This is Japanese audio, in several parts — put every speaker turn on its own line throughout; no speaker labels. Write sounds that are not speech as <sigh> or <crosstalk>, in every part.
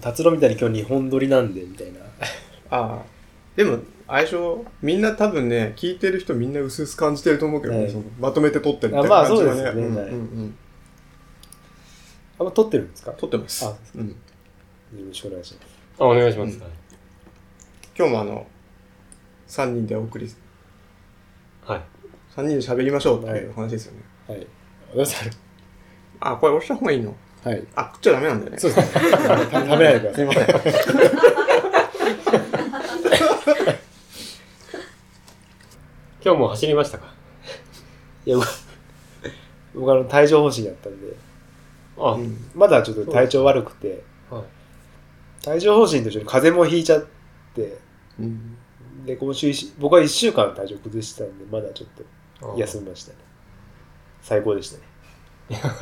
達郎みたいに今日日本撮りなんで、みたいな。
ああ。でも、相性、みんな多分ね、聞いてる人みんな薄々感じてると思うけどね、
はい
そのまとめて撮ってるって
あまあ
感じは
そうですね
うんうん
はい
うん。
あんま撮ってるんですかよ
撮ってます。
あ
うん、
ろしくお願いします。
あ、お願いします。
うん今日もあの、3人でお送り、
はい。
3人で喋りましょうっていう話ですよね。
はい。どうする
あ、これ押した方がいいの
<laughs>
はい。
あ、食っちゃダメなんだよね。
そうですね。食べないでくだ
す
さ
い
い。
ません。
今日も走りましたか
いや、僕僕あの、帯状疱疹だったんで、
あ、
うん
まだちょっと体調悪くて、
はい。
帯状疱疹と一緒に風邪もひいちゃって、
うん
<laughs> で、今週一、僕は1週間体調崩してたんで、まだちょっ
あ
と休みましたね。最高でしたね。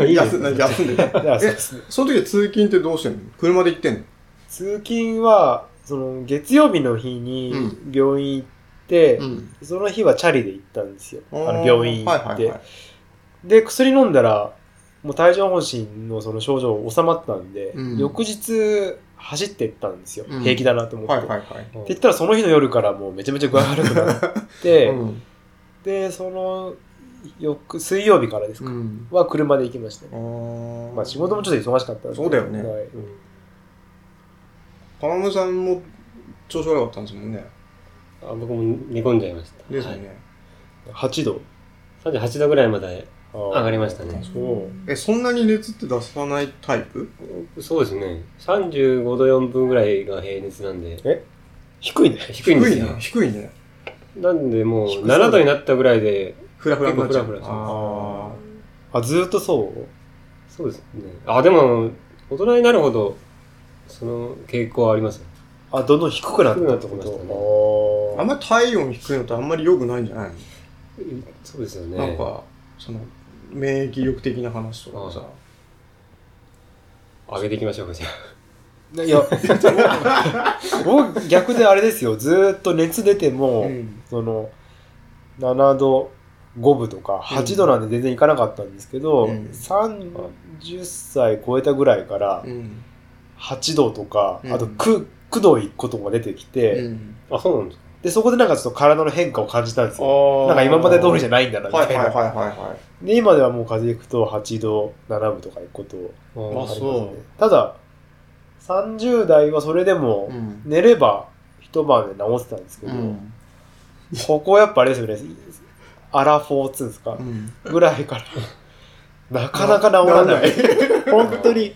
いいです
休んで、休んで。 <laughs>
だからそうですね。
その時は通勤ってどうしてんの車で行ってんの
通勤は、その、月曜日の日に
う
病院行って、
ん。
その日はチャリで行ったんですよ。あ
ー
の病院行って、
はいはいはい
で、薬飲んだら、もう帯状疱疹のその症状収まったんで、
うん
翌日走ってったんですよ。
うん
平気だなと思って。
はいはいはい。
って言ったらその日の夜からもうめちゃめちゃ具合悪くなって、
うん
で、その、翌、水曜日からですか、
うん。
は車で行きましたね。
あ
まあ仕事もちょっと忙しかったんで
そうだよね
はい
うん
と。ムさんも調子悪かったんですもんね。
あ僕も寝込んじゃいました。
ですよね。
8度。
はい、38度ぐらいまで上
上
がりました。ね。
そう。え、そんなに熱って出さないタイプ
そうですね。35度4分ぐらいが平熱なんで、
低いね。
低いんですよ。
ね。低いね。
なんでもう
低そう
7度になったぐらいで、
ふらふらになっちゃう。
結構ふらふらし
あ
ますあ、ずーっとそう
そうですね。あ、でも、大人になるほど、その傾向はありますよ。
あ、どんどん低くなったってこ
低くなってましたね
と
ーあんまり体温低いのってあんまり良くないんじゃないの
そうですよね。
なんか、その、免疫力的な話とかさ。
上げていきましょうか、じゃ
あいや、僕僕逆であれですよ。ずーっと熱出ても、
<laughs> うん
その、7度5分とか
うん
8度なんで全然いかなかったんですけど、
うん
30歳超えたぐらいから
うん。
8度とか、
うん
あと 9, 9度いくことが出てきて、
うん
あ。あ、そうなんですか。
で、そこでなんかちょっと体の変化を感じたんですよ。
あ
なんか今まで通りじゃ
ゃ
ないんだな、み
は
た
い
いな。
はいはいはいはい。
で、今ではもう風邪いくと8度7分とかいくこと
あ
あります
そう
ね。ただ、30代はそれでも
うん。
寝れば一晩で治ってたんですけど、
うん。
ここやっぱあれですよね、アラフォーっつうんですか、
うん
ぐらいから、なかなか治らない。本当
<laughs>
に、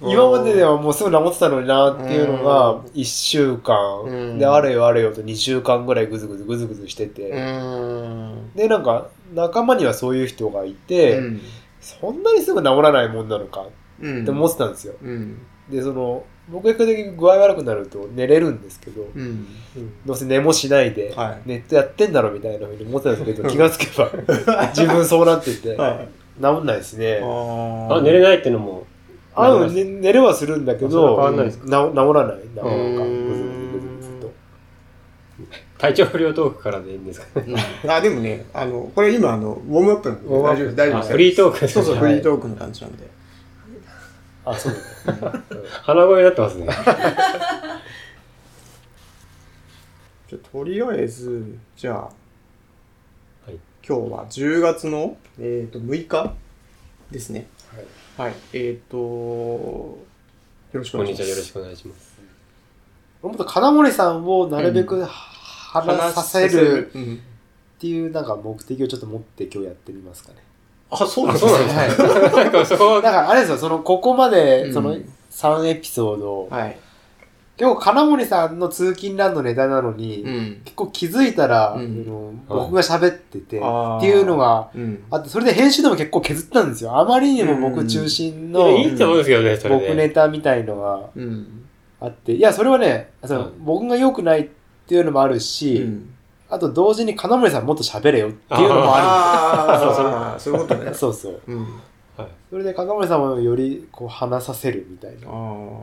今までではもうすぐ治ってたのになっていうの
う
が
ん、
1週
うん
間、で、あれよあれよと2週間ぐらいぐずぐずぐずぐずして
う
て、
ーん。
で、なんか、仲間にはそういう人がいて、
ん。
そんなにすぐ治らないもんなのか
うん。
って思ってたんですよ。
うん。
で、その、僕が比較的具合悪くなると寝れるんですけど、
うん。
うん
どうせ寝もしないで、
はい。
ネットやってんだろみたいなふうに思ってたんですけど、気がつけ
<laughs>
ば、自分そうなってて、
はい。
治んないですね。
あ
あ、寝れないってのも、
あうん、ね、寝れはするんだけ
あそれは
ど、
変わ
んないです
治治らない。治らな
う
い
ー
か。ぐ
ん
ずぐずぐずぐずと。
体調不良トークからでいいんですかね。
うんあ、でもね、あの、これ今、あの、ウォームアップなんで、
ウォームア
大
ッ
丈夫です、
プ
大丈夫
あ
です。
フリートークです
そう
ね。
そう、フ
はい
リートークの感じなんで。
あ、そうだね。
鼻声になってますね。
じゃあとりあえず、じゃあ、
はい
今日は10月の、えー、と6日ですね。はい。えっ、と、よろしくお
こん
願い
に
しま
ちは、
す。
よろしくお願いします。 <laughs>
もっと金森さんをなるべくは話させる
うん
っていうなんか目的をちょっと持って今日やってみますかね。
あ、そうなん
あ、
で
そ
す
う
ね
なんですか。なんかそこ
だ
は、
からあれですよ、そのここま
う
で
<laughs>
ん
その3エピソードを、
はい。
結構金森さんの通勤ランのネタなのに、
うん。
結構気づいたら、
うん
あの僕が喋ってて、
はい
っていうのが、
うん。
あってそれで編集でも結構削ったんですよ。あまりにも僕中心の、
いやいいと思うんですけどね、それで。
僕ネタみたいのが
うん。
あって、いや、それはね、その
うん
僕が良くないっていうのもあるし、
うん
あと同時に金森さんもっと喋れよっていうのもあ
ああ、そういうことね
る。。 <laughs> そうそう。
うん。
はい。
それで金森さんもよりこう話させるみたい
あ
な。
あ。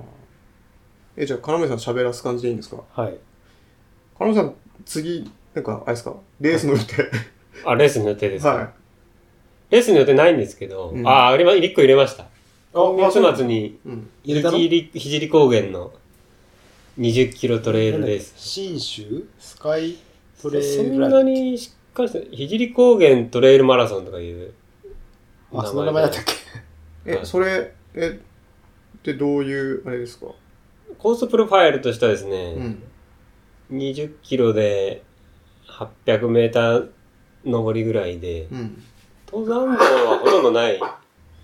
え、じゃあ、金森さん喋らす感じでいいんですか
はい。
金森さん、次、なんか、あれですかレースの予定。
あ、レースの予定ですか、
<laughs> は
レースの予定ないんですけど、
うん
あ、あれ、1個入れました。今月末に、
うん。
入れたの
ひじり高原の20キロトレイルレース。
信州スカイト
そ
レイル
んなにしっかりして、ひじり高原トレイルマラソンとかいう。
あ、その名前だったっけ
え、それ、え、ってどういう、あれですか
コースプロファイルとしてはですね、
うん。
20キロで800メーター上りぐらいで、
うん。
登山道はほとんどない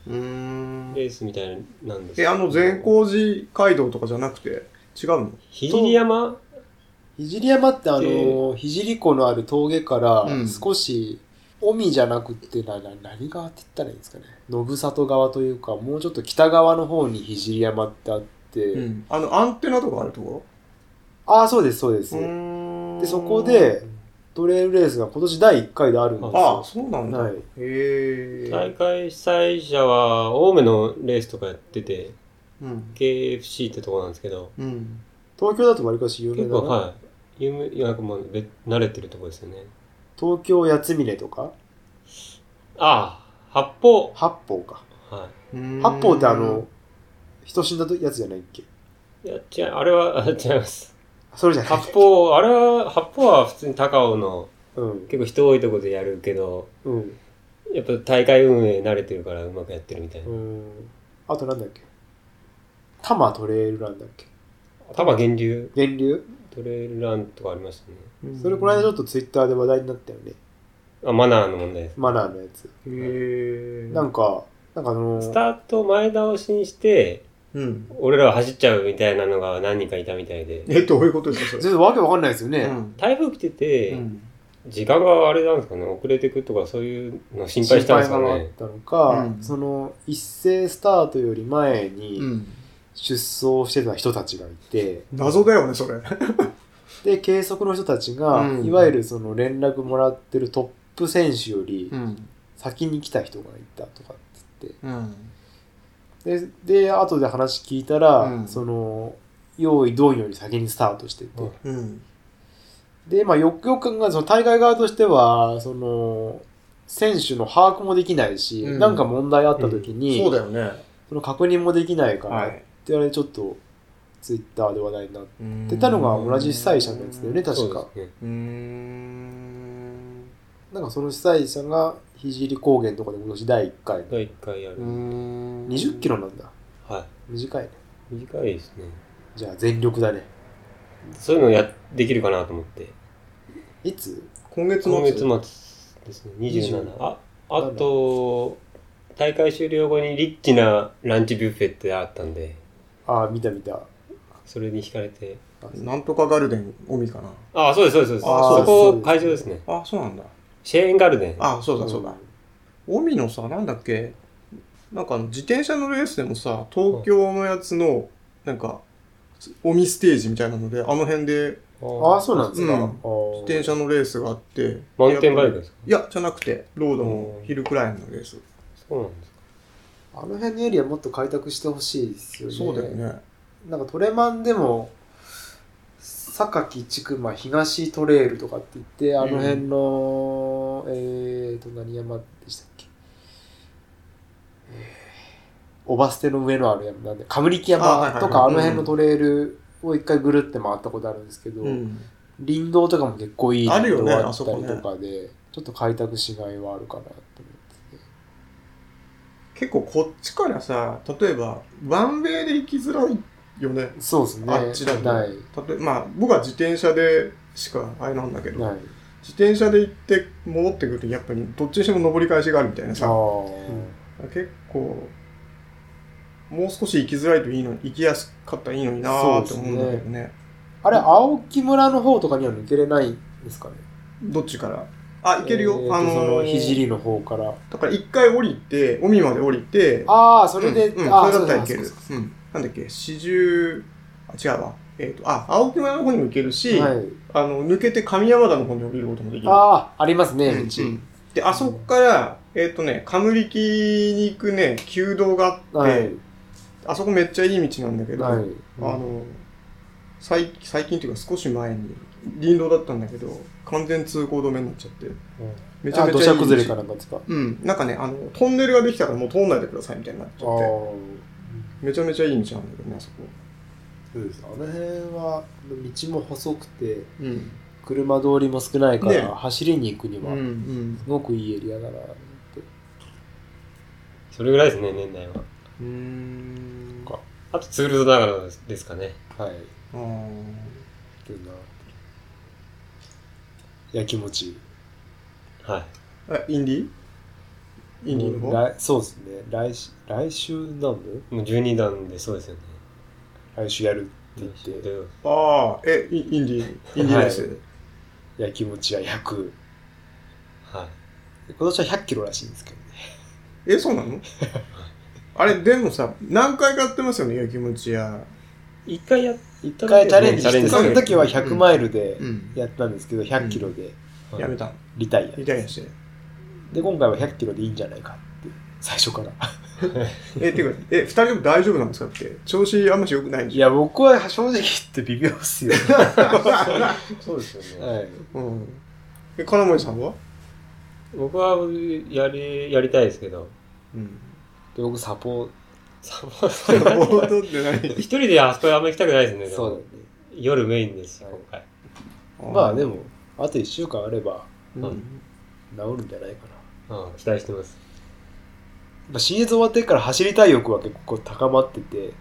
う
ーん。
レースみたいなんです
え、あの、善光寺街道とかじゃなくて、違うの
肘山
聖山ってあ
え
の、聖湖のある峠か
うん
ら少し、海じゃなくってな、な何川って言ったらいいんですかね。信里川というか、もうちょっと北側の方に聖山ってあって、
うん。あの、アンテナとかあるとこ
ああ、そうです、そうです。
ろーん
で、そこ、で、トレイルレースが今年第1回であるんです
ああ、
よ。
そうなんだ。
はい
へえ。
大会主催者は青梅のレースとかやってて
うん。
KFC ってとこなんですけど
うん。
東京だとわりかし有名
結
だ
構
な。
はい有名いやなんかもうべ慣れてるとこですよね
東京八峰とか、
ああ八方
八方か。
は
八方ってあの、、人死んだやつじゃないっけ
いいや違うあれは <laughs> あ違います
それじゃない。
八方あれは八方は普通に高尾の
うん。
結構人多いとこでやるけど
うん。
やっぱ大会運営慣れてるからうまくやってるみたいな
うん。あとなんだっけ多摩トレイルランだっけ
多摩源流
源流
トレイルランとかありましたね
それこの間ちょ
っ
っとツイッターで話題になったよね。
あマナーの問題です
マナーのやつ。
と。へえ。
なんか、なんかあの
ス
ー、
タート前倒しにして
うん。
俺らは走っちゃうみたいなのが何人かいたみたいで
え、どういうことですか、そ
全然わけわかんないですよね。
れ。ん。
台風来てて、
うん
時間があれなんですかね遅れてくとかそういうの心配したんですか
心配があっ
ね
たのか、
うん
その一斉スタートより前
う
に
ん。
出走してた人たちがいて、
謎だよね、それ。
で計測の人たちが、
うん
いわゆるその連絡もらってるトップ選手より
ん。
先に来た人がいたとかって言って
うん。
でで後で話聞いたら、
うん
その用意どんより先にスタートしてて、
うん
うん。
でまあよくよく考えるとその大会側としてはその選手の把握もできないし、
うん
なんか問題あった時に、
そうだよね。
その確認もできないから、
はい。
ってあれちょっとツイッターで話題になっ
って
たのが同じ主催者のやつだよね確か、
そうですね
うーん。
なんかその主催者が聖高原とかで今年第1回
第一回やる、
うーん。
2 0キロなんだ
は
短いね
い短いですね
じゃあ全力だね
そういうのやできるかなと思って
いつ
今月末。
今月末ですね27
27
ああと大会終了後にリッチなランチビュッフェってあったんで
ああ見た見た
それに惹かれて
なんとかガルデン、帯かな。
あそうですそうですそうです
あー
そこ
そうです
会場ですね
あ、そうなんだ。
シェーンガルデン
あ、そうだそうだ。帯のさ、なんだっけ。なんかあの自転車のレースでもさ、東京のやつの、なんか、帯ステージみたいなので、あの辺で
ああ
自
そうなんですか、
うん
あー
自転車のレースがあって。
マウンテンバイクですか
いや、じゃなくて、ロードのヒルクライムのレース。
そうなんですか
あの辺のエリアもっと開拓してほしいですよね
そうだよね。
なんかトレマンでも榊地区間東トレイルとかって言ってあの辺の、えーと何山でしたっけえーオバステの上のある山なんでカムリキ
あはいは
山
いはい
とかあの
う
辺
んう
の
ん
トレイルを一回ぐるって回ったことあるんですけど、
うん。
林道とかも結構いい
ある
林
よね
道があ
あ
っ
そ
た
こ
り
ね
とかで、ちょっと開拓しがいはあるかなと思ってて
結構こっちからさ、例えば、ワンウェイで行きづらいよね。
そうですね
あっちだと。
ない
例えば、まあ、僕は自転車でしかあれなんだけど、
ない
自転車で行って戻ってくると、やっぱりどっちにしても登り返しがあるみたいな
あ
さ、
ー、
結構、もう少し行きづらいといいのに、行きやすかったらいいのになーって思うんだけどね。
あれ、青木村の方とかには抜けれないんですかね
どっちから。あ、行けるよ。
えーと
あのー
その、ひじりの方から。
だから一回降りて、海まで降りて、
ああ、それで、
うんうん、
あ
そ
あ
れだったらいけ
そ
る
う。
うん。なんだっけ、四十、あ、違うわ。えっ、と、あ、青木村の方にも行ける
そう
し、
そうはい。
あの、抜けて上山田の方に降りることもできる。
ああ、あります
う
ね、
ん、うん
道。
で、あそこから、えっ、とね、カムリキに行くね、旧道があっ
は
て、
い。
あそこめっちゃいい道なんだけど、
はい。
あの、最近、最近というか少し前に、林道だったんだけど、完全通行止めになっちゃって、め
め
ちゃめちゃい
土
い
砂崩れか
道
なんかですか。
うん。なんかね、あの、トンネルができたからもう通んないでくださいみたいになっち
あ
ゃって、
ー
めちゃめちゃいい道なんだけどね、あそこ。
そうですあの辺は道も細くて
うん。
車通りも少ないから、
ね
走りに行くに
う
は、
ん、うん
すごくいいエリアだなって
それぐらいですね、年内は。。
うーん。
か
あとツールドだからですかね。
はい
あー
いいなやきもち
はい。
あ、インディインディの方
来そうですね来し来週なんで
もう12段でそうですよね。
来週やるって言って
で
ああ、え、イインディ、インディライス。
はいやきもちは100
はい。
今年は100キロらしいんですけどね
え、そうな <laughs> のあれ、でもさ、何回かやってますよね、やきもちや。
一回や、一
一回チャレンジして、
ね
その時は100マイルで
うん
やったんですけど100キロで
やめたの。
リタイア
リタイアして。
で今回は100キロでいいんじゃないかって最初から
え、てか、え、二人とも大丈夫なんですかって。調子あんまし良くないん
い
じゃ
や僕は正直言って微妙っ <laughs> すよ、
そうですよね。
はい、
<laughs> うん。え、金森さんは
僕はやり、やりたいですけど。
<laughs> うん。
で僕サポー
サポ
ボートって何 <laughs>
一人であそこあんま行きたくないですね。
ト
でも
そうだよね
夜メインです、今回。
まあでもあと1週間あれば
うん。
治るんじゃないかな、
うん、期待してます。
まあ、CS 終わってから走りたい欲は結構高まってて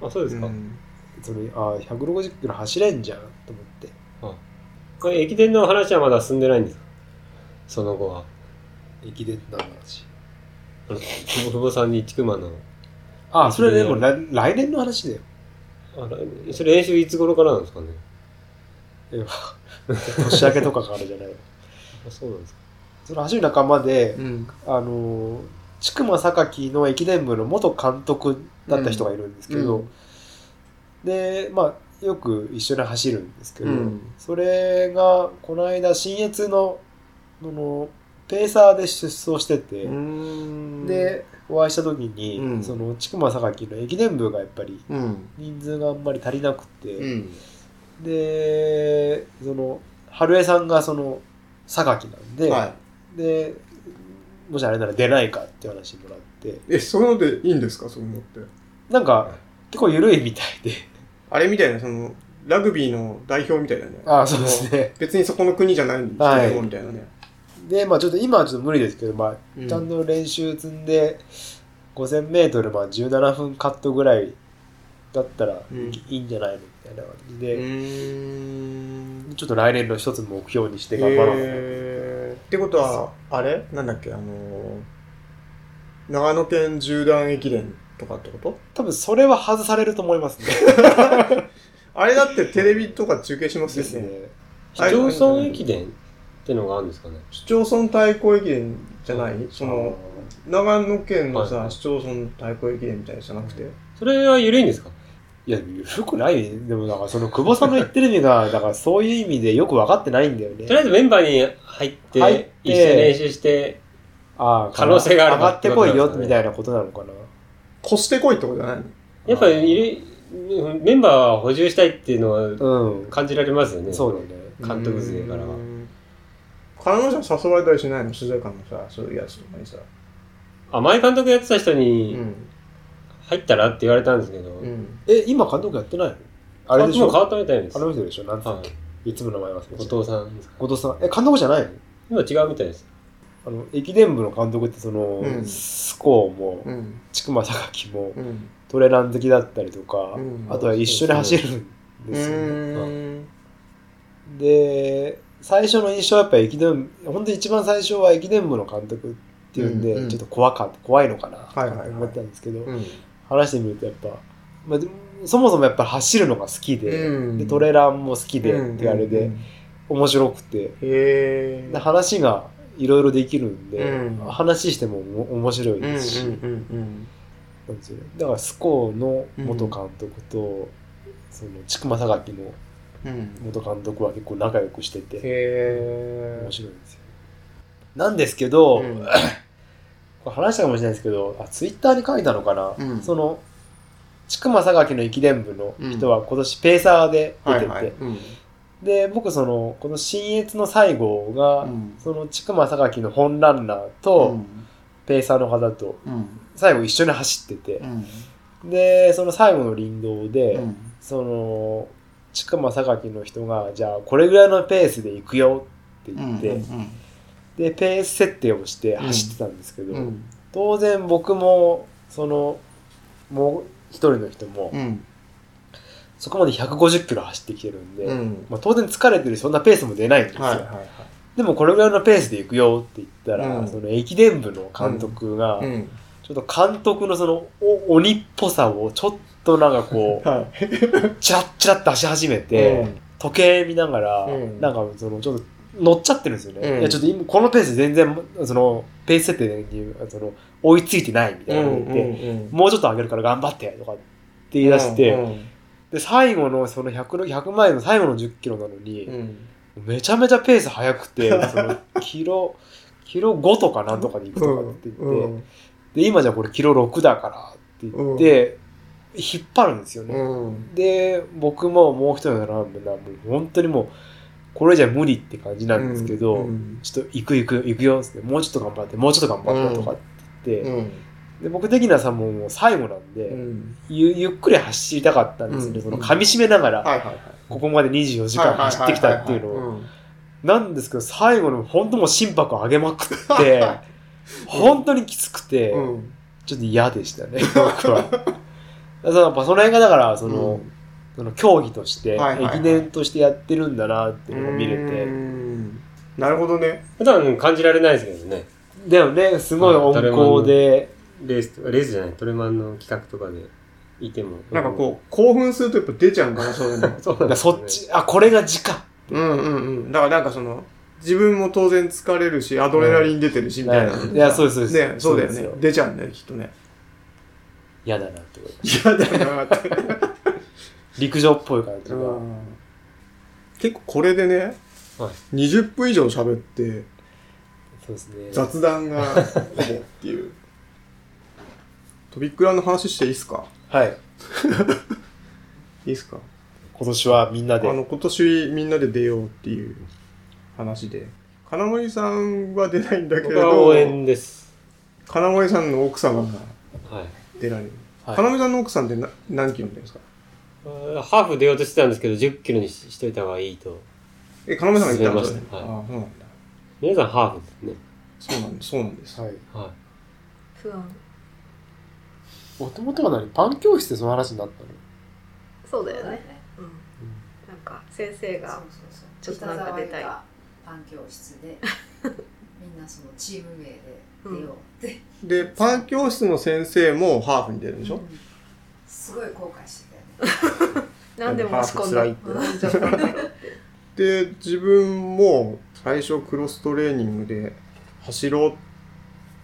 あ、そうですか。
うん
それああ160キロ走れんじゃんと思って
これ駅伝の話はまだ進んでないんですかその後は。
駅伝の話
あの久保さんにちくまの。
ああそれでも来来年の話だよ
あ来それ練習いつ頃からなんですかね。
<laughs> 年明けとかからじゃない
あ、そうなんですか。
その走る仲間で、
うん。
あのー千曲榊の駅伝部の元監督だった人がいるんですけど、
うん
でまあよく一緒に走るんですけど、
うん
それがこの間信越のそのペーサーで出走してて、
うん、
でお会いした時に、
うん
その千曲榊の駅伝部がやっぱり
うん。
人数があんまり足りなくて、
うん。
でその春江さんがその榊なんで、
は
でもしあれなら出ないかっていう話もらって
い。え、そういうのでいいんですかそういうのって。
なんか結構緩いみたいで
あれみたいな、その、ラグビーの代表みたいなね。
ああそうですね
別にそこの国じゃないんですけど、みたいなね。
でまあちょっと今はちょっと無理ですけど、まあ、
うん
ちゃんと練習積んで 5000m まあ17分カットぐらいだったらいい,、
うん
んじゃないのみたいな感じで、
うん。
ちょっと来年の一つ目標にして頑張ろうかな
へーってことは、あれなんだっけ、あのー長野県縦断駅伝とかってこと
多分それは外されると思いますね。
あれだってテレビとか中継します
で
よ
すね <laughs>
ね。。
市町村駅伝ってのがあるんですかね。
市町村対抗駅伝じゃないその、長野県の
は
さ、
い
市町村対抗駅伝みたいなのじゃなくて。
それは緩いんですか
いや、よくないねでも、だから、その、久保さんの言ってる意味が、 <laughs> だから、そういう意味でよく分かってないんだよね
と。りあえずメンバーに入って、
入って
一緒に練習して、
ああ
可能性がある
上がってこいよ
ってことなんですかね
みたいなことなのかな。
越してこいってことじゃないの
やっぱりいるメンバーは補充したいっていうのは
うん。
感じられますよね。
そうだね。
監督勢からは
う。ん。金村さん誘われたりしないの取材官のさ、そういうやつとかにさ。
あ、前監督やってた人
う
に
ん。
入ったらって言われたんですけど、
うん。
え、今監督やってないのあれでし
もう変
ょ
わったみたいです。
あ
は
の人でしょなんつういつも名前忘
い
れ
後
ちゃう
藤さんですか。
後藤さん。え、監督じゃないの
今違うみたいです。
あの、駅伝部の監督って、その
う、ん
スコーも
う、ん。
千曲榊も、
うん。
トレラン好きだったりとか
うん、
あとは一緒に走るん
う
ですよね。
ーん。
で最初の印象はやっぱ駅伝本当に一番最初は駅伝部の監督っていうんで、
うんうん
ちょっと怖か怖いのかなと
はいはいはい
思ったんですけど、
うん
話してみるとやっぱ、まあでも、そもそもやっぱ走るのが好きで,、
うん
でトレーラーも好きで、
うん
ってあれで、
うん
面白くて
へえ
で話がいろいろできるんで、
うん
話してもお面白いですし、
うん
なんですよねだからスコーの元監督と、その千曲榊の
うんうん
元監督は結構仲良くしてて。
へ
面白いんですよ。なんですけど、
うん
これ話したかもしれないですけど、あツイッターに書いたのかな、
うん
その、千曲榊の駅伝部の人は今年ペーサーで出てて、
うん
で、僕その、この新越の最後が、
うん
その、千曲榊の本ランナーと、ペーサーの方と、
うん
最後一緒に走ってて
う、ん
で、その最後の林道で、
うん
その、千曲榊の人が、じゃあ、これぐらいのペースで行くよって言って、
うん
で、ペース設定をして走ってたんですけど、
うん
当然僕も、その、もう一人の人も、
うん
そこまで150キロ走ってきてるんで、
うん
まあ、当然疲れてるしそんなペースも出ないんですよ、
はいはいはい
でもこれぐらいのペースで行くよって言ったら、
うん
その駅伝部の監督が、
うん
ちょっと監督のそのお鬼っぽさをちょっとなんかこ
<laughs>
う
はい
チラッチラッと走し始めて、
うん
時計見ながら、
うん
なんかそのちょっと乗っちゃってるんですよね、
うん
いやちょっと今このペース全然そのペース設定にその追いついてないみたいなこと言って、
うん
もうちょっと上げるから頑張ってとかって言い出して、
うん
で最後のその 100, の100マイルの最後の1 0キロなのに、
うん
めちゃめちゃペース速く
<laughs>
てそのキロキロ5とかなんとかで行くとかって言って、
うん
で今じゃこれキロ6だからって言って、引っ張るんですよね、
うん
で僕ももう一人のラーメンなもう本当にもうこれじゃ無理って感じなんですけど、
うん
ちょっと行く行く行くよっつってもうちょっと頑張ってもうちょっと頑張ってとかって言って、
うん
で僕的にはさもうもう最後なんで、
うん
ゆゆっくり走りたかったんですよね、
うん
その噛み締めながら、
はいはいはい
ここまで24時間走ってきたっていうのを。なんですけど、最後の本当もう心拍上げまく
<laughs>
って、本当にきつくて、
うん
ちょっと嫌でした
<laughs>
ね、僕は。だからやっぱその辺がだから、その、
うん
その競技として、
はいはいはい
駅伝としてやってるんだなっていうのが見れ
う
て。
んなるほどね
普段感じられないですけどね。
でもね、すごい温厚で、
レース、レースじゃない、トレマンの企画とかでいても。
なんかこう興奮するとやっぱ出ちゃうんかなそういうの
う、そうなん
だから
ですよ
そ
ね
っ。ち、あ、これが時間。
うんうんうん。だからなんかその、自分も当然疲れるし、アドレナリン出てるし、みたいな。
いやそうですそうです
ね、そうだよ
そうです
ね
よ。
出ちゃうんだよ、きっとね。
嫌だなって <laughs> 思いま
嫌だ <laughs> なって。
す陸上っぽい感じが。
結構これでね、
はい
20分以上喋って、
そうですね。
雑談がほぼっていう。トビックランの話していいっすか
はい。
いいっすか
今年はみんな
あ
で。
の、今年みんなで出ようっていう話で。金森さんは出ないんだけれ
僕は応
ど、
援です。
金森さんの奥様が
はい。
出られる。
はい
金森さんの奥さんってな何キロ出るんですか
あーハーフ出ようとしてたんですけど、10キロにししといた方がいいと。
え、金森さんが言ったんです
すいません
あ
はい
あ、そうなんだ。
皆さんハーフですね。
そうなんです。そうなんです。
はい。
は
不安
もともとは何パン教室でその話になったの
そうだよね、うん、なんか先生
そう
が
そうそう
ちょっとなんか出たい
北沢がパン教室
<laughs>
でみんなそのチーム名で出ようって、
で、パン教室の先生もハーフに出るんでしょ、
うんすごい後悔して
<laughs>
たよね
何でも落ち込ん
ハーフ辛
だ
で、自分も最初クロストレーニングで走ろうっ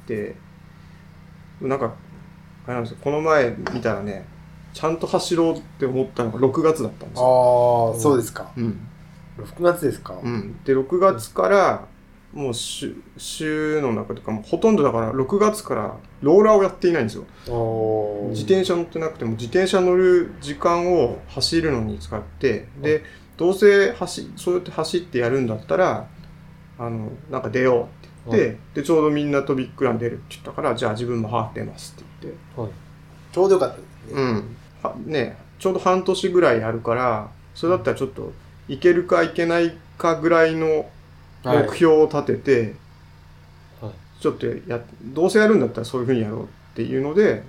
て、なんか、あれなんですよ。この前見たらね、ちゃんと走ろうって思ったのが6月だったんですよ。
ああ、そうですか。
うん。
6月ですか、
うん、で6月からもう週週の中とかもうほとんどだから6月からローラーをやっていないんですよ
おー
自転車乗ってなくても自転車乗る時間を走るのに使ってでどうせ走そうやって走ってやるんだったらあのなんか出ようって言って、でちょうどみんなとビッグラン出るって言ったからじゃあ自分もハーフ出ますって言って
い。はい。
ちょうどよかったですね。
うん。はね、ちょうど半年ぐらいあるから、それだったらちょっと、いけるかいけないかぐらいの
はい
目標を立てて、
はい
ちょっとや、どうせやるんだったらそういうふうにやろうっていうので、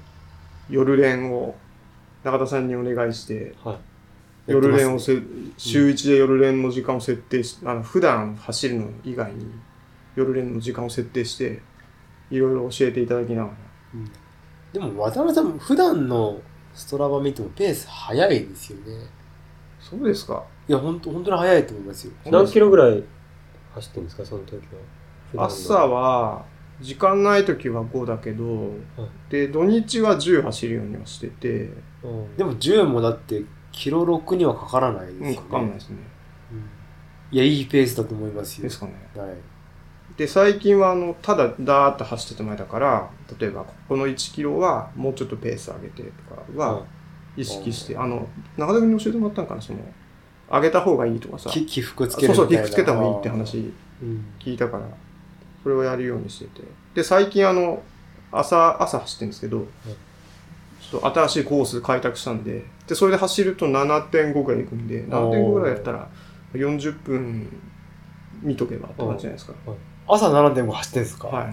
夜練を中田さんにお願いして、
はい。
夜練をせ、週1で夜練の時間を設定し、あの普段走るの以外に夜練の時間を設定して、いろいろ教えていただきながら。
でも渡辺さん、普段のストラバ見てもペース早いですよね。
そうですか。
いや、本当本当に早いと思いますよ。
何キロぐらい走ってるんですか、その時は。普段の
朝は時間ない時は5だけど、で土日は10走るようにはしてて、
うん
でも10もだって、キロ6にはかからないですよ
うん、
ね。
かかんないですね
うんいや、いいペースだと思います
で
よ
す。かね
はい。
で最近はあのただダーッと走っててもらえたから例えばここの1キロはもうちょっとペース上げてとかは意識して、あの中田君に教えてもらったんかなその上げた方がいいとかさ、
き起伏つける
そう
みたいうな
そ、皮膚つけた方がいいって話
うん
聞いたから、それをやるようにしてて。で、最近あの、朝、朝走ってるんですけど、ちょっと新しいコース開拓したんで、で、それで走ると7.5ぐらい行くんで、7.5ぐらいやったら、40分見とけばって感じじゃないですか。
朝7.5走ってんすか、
は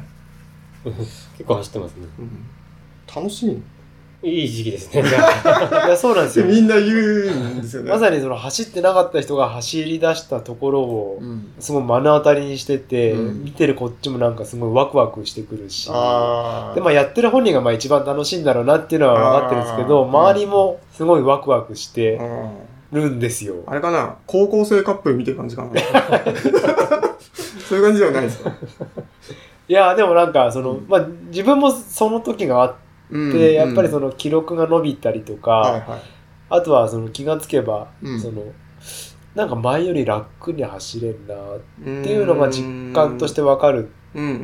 い。
結構走ってますね。
うん、楽しみ。
いい時期ですね。じゃあ
い、やそうなんです
で
よ
みんな言うんですよね。
まさにその走ってなかった人が走り出したところを、
うん、
すごい目の当たりにしてて、
うん
見てるこっちもなんかすごいワクワクしてくるし
あー
でまあ、やってる本人がまあ一番楽しいんだろうなっていうのは分かってるんですけど
あー
周りもすごいワクワクして
あ
るんですよ
ーあれかな高校生カップル見てる感じかなそういう感じではないですか、
いやでもなんかその、
うん
まあ、自分もその時があっ
うん
て、やっぱりそ
の、
の記録が伸びたりと
はい
か、
はい
あとはその気がつけば、
うん
そのなんか前より楽に走れるなっ
って
ていうのが実感として分かる
うんうんうん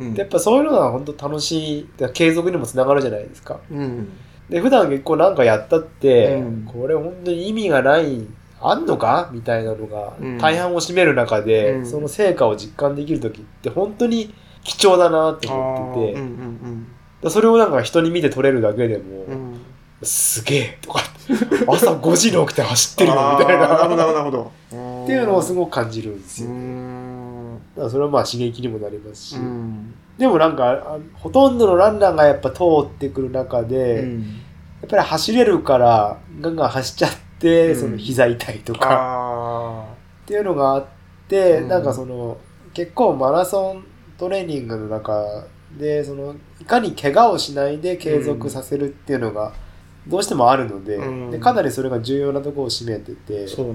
うん
でやっぱそういうのが本当楽しいだから継続にもつながるじゃないですか
うん
で普段結構なんかやったって、
うん
これ本当に意味がないあんのかみたいなのが
うん
大半を占める中で、
うん
その成果を実感できる時って本当に貴重だなって
あ
思って
ー
て
うんうん
でそれをなんか人に見て取れるだけでも、
うんうん
すげえとか朝5時に起きて走ってるよみたい
あーなる
な
ほどなるほどっ
っていうのをすご
ご
く感じるんです
う
よ、だ
ーん
からそれはまあ刺激にもなりますし、
うん
でもなんかあほとんどのランナーがやっぱ通ってくる中
う
で、
ん
やっぱり走れるからガンガン走っちゃって、
うん
その膝痛いとか
あ
っていうのがあって、
うん
なんかその結構マラソントレーニングの中でそのいかに怪我をしないで継続させるっていうのがどうしてもあるので,、
うん
でかなりそれが重要なところを占めてて
ーそうね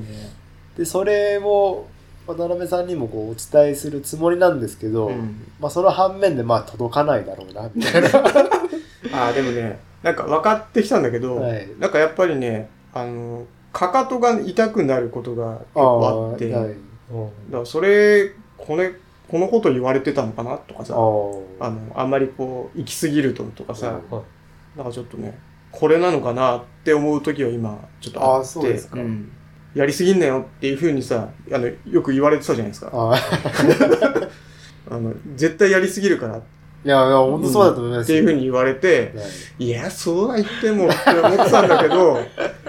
でそれを渡辺さんにもこうお伝えするつもりなんですけど、
うん
まあ、その反面でまあ届かないだろうなみたいな。
あーでもねなんか分かってきたんだけ
<laughs>
ど
はい
なんかやっぱりねあのかかとが痛くなることが結構あって
あー
だ
は
か
い
<laughs>
らそれこれこのこと言われてたのかなとか
あ
さ
ー
あの、あんまりこう、行き過ぎるととかさ、
うん
なんかちょっとね、これなのかなって思う時は今、ちょっとあって、
あそうですか
んやりすぎんなよっていうふうにさ、あの、よく言われてたじゃないですか。
あー
あの、絶対やりすぎるからっ
いや、いや本当そうだと思います
て
よ。
いうふうに言われて、
はい
いや、そうは言ってもって思ってたんだけ <laughs> ど、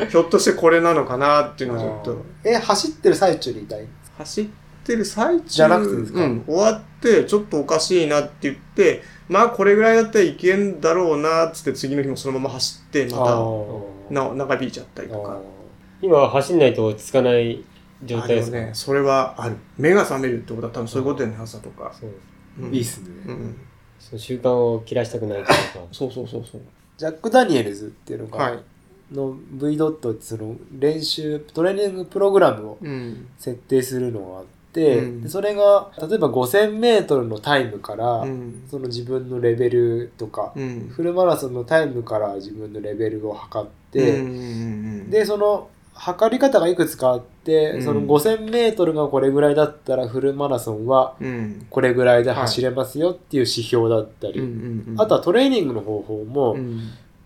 ひょっとしてこれなのかなっていうのはちょっと、
え、走ってる最中に痛い
走ってる最中
じゃなくてですか
うん、終わって、ちょっとおかしいなって言って、まあこれぐらいだったらいけんだろうなっつって次の日もそのまま走って、また、
ー
な長引いちゃったりと
あ
か。
今は走んないと落ち着かない状
あ
態
で
で
も
すか
ね、それはある。目が覚めるってことは多分そういうことだよね、朝とか。
そう
う
ー
ん
いいっすね、
うん。
その習慣を切らしたくないというか。
そうそうそうそう。
ジャック・ダニエルズっていうのが、
はい。
の V ドットってその練習、トレーニングプログラムを
うん。
設定するのがあって、
うん
でそれが、例えば5000メートルのタイムから、
うん。
その自分のレベルとか、
うん。
フルマラソンのタイムから自分のレベルを測って、
うんうん、
でその測り方がいくつかあって、
うん
その 5,000m がこれぐらいだったらフルマラソンは
うん。
これぐらいで走れますよっていう指標だったり、
うんうんうん。
あとはトレーニングの方法も、
うん、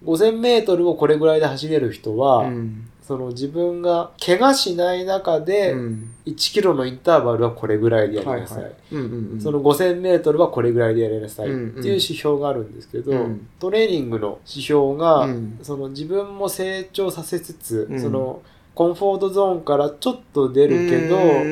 5,000m をこれぐらいで走れる人は、
うん。
その自分が怪我しない中で
うん。
1キロのインターバルはこれぐらいでやりなさい。
はいはいうんうんうん。
その 5,000m はこれぐらいでやりなさいっ
う
て
んうん
いう指標があるんですけど、
うん
トレーニングの指標が、
うん
その自分も成長させつつ、
うん
そのコンフォートゾーンからちょっと出るけど、
うんうんう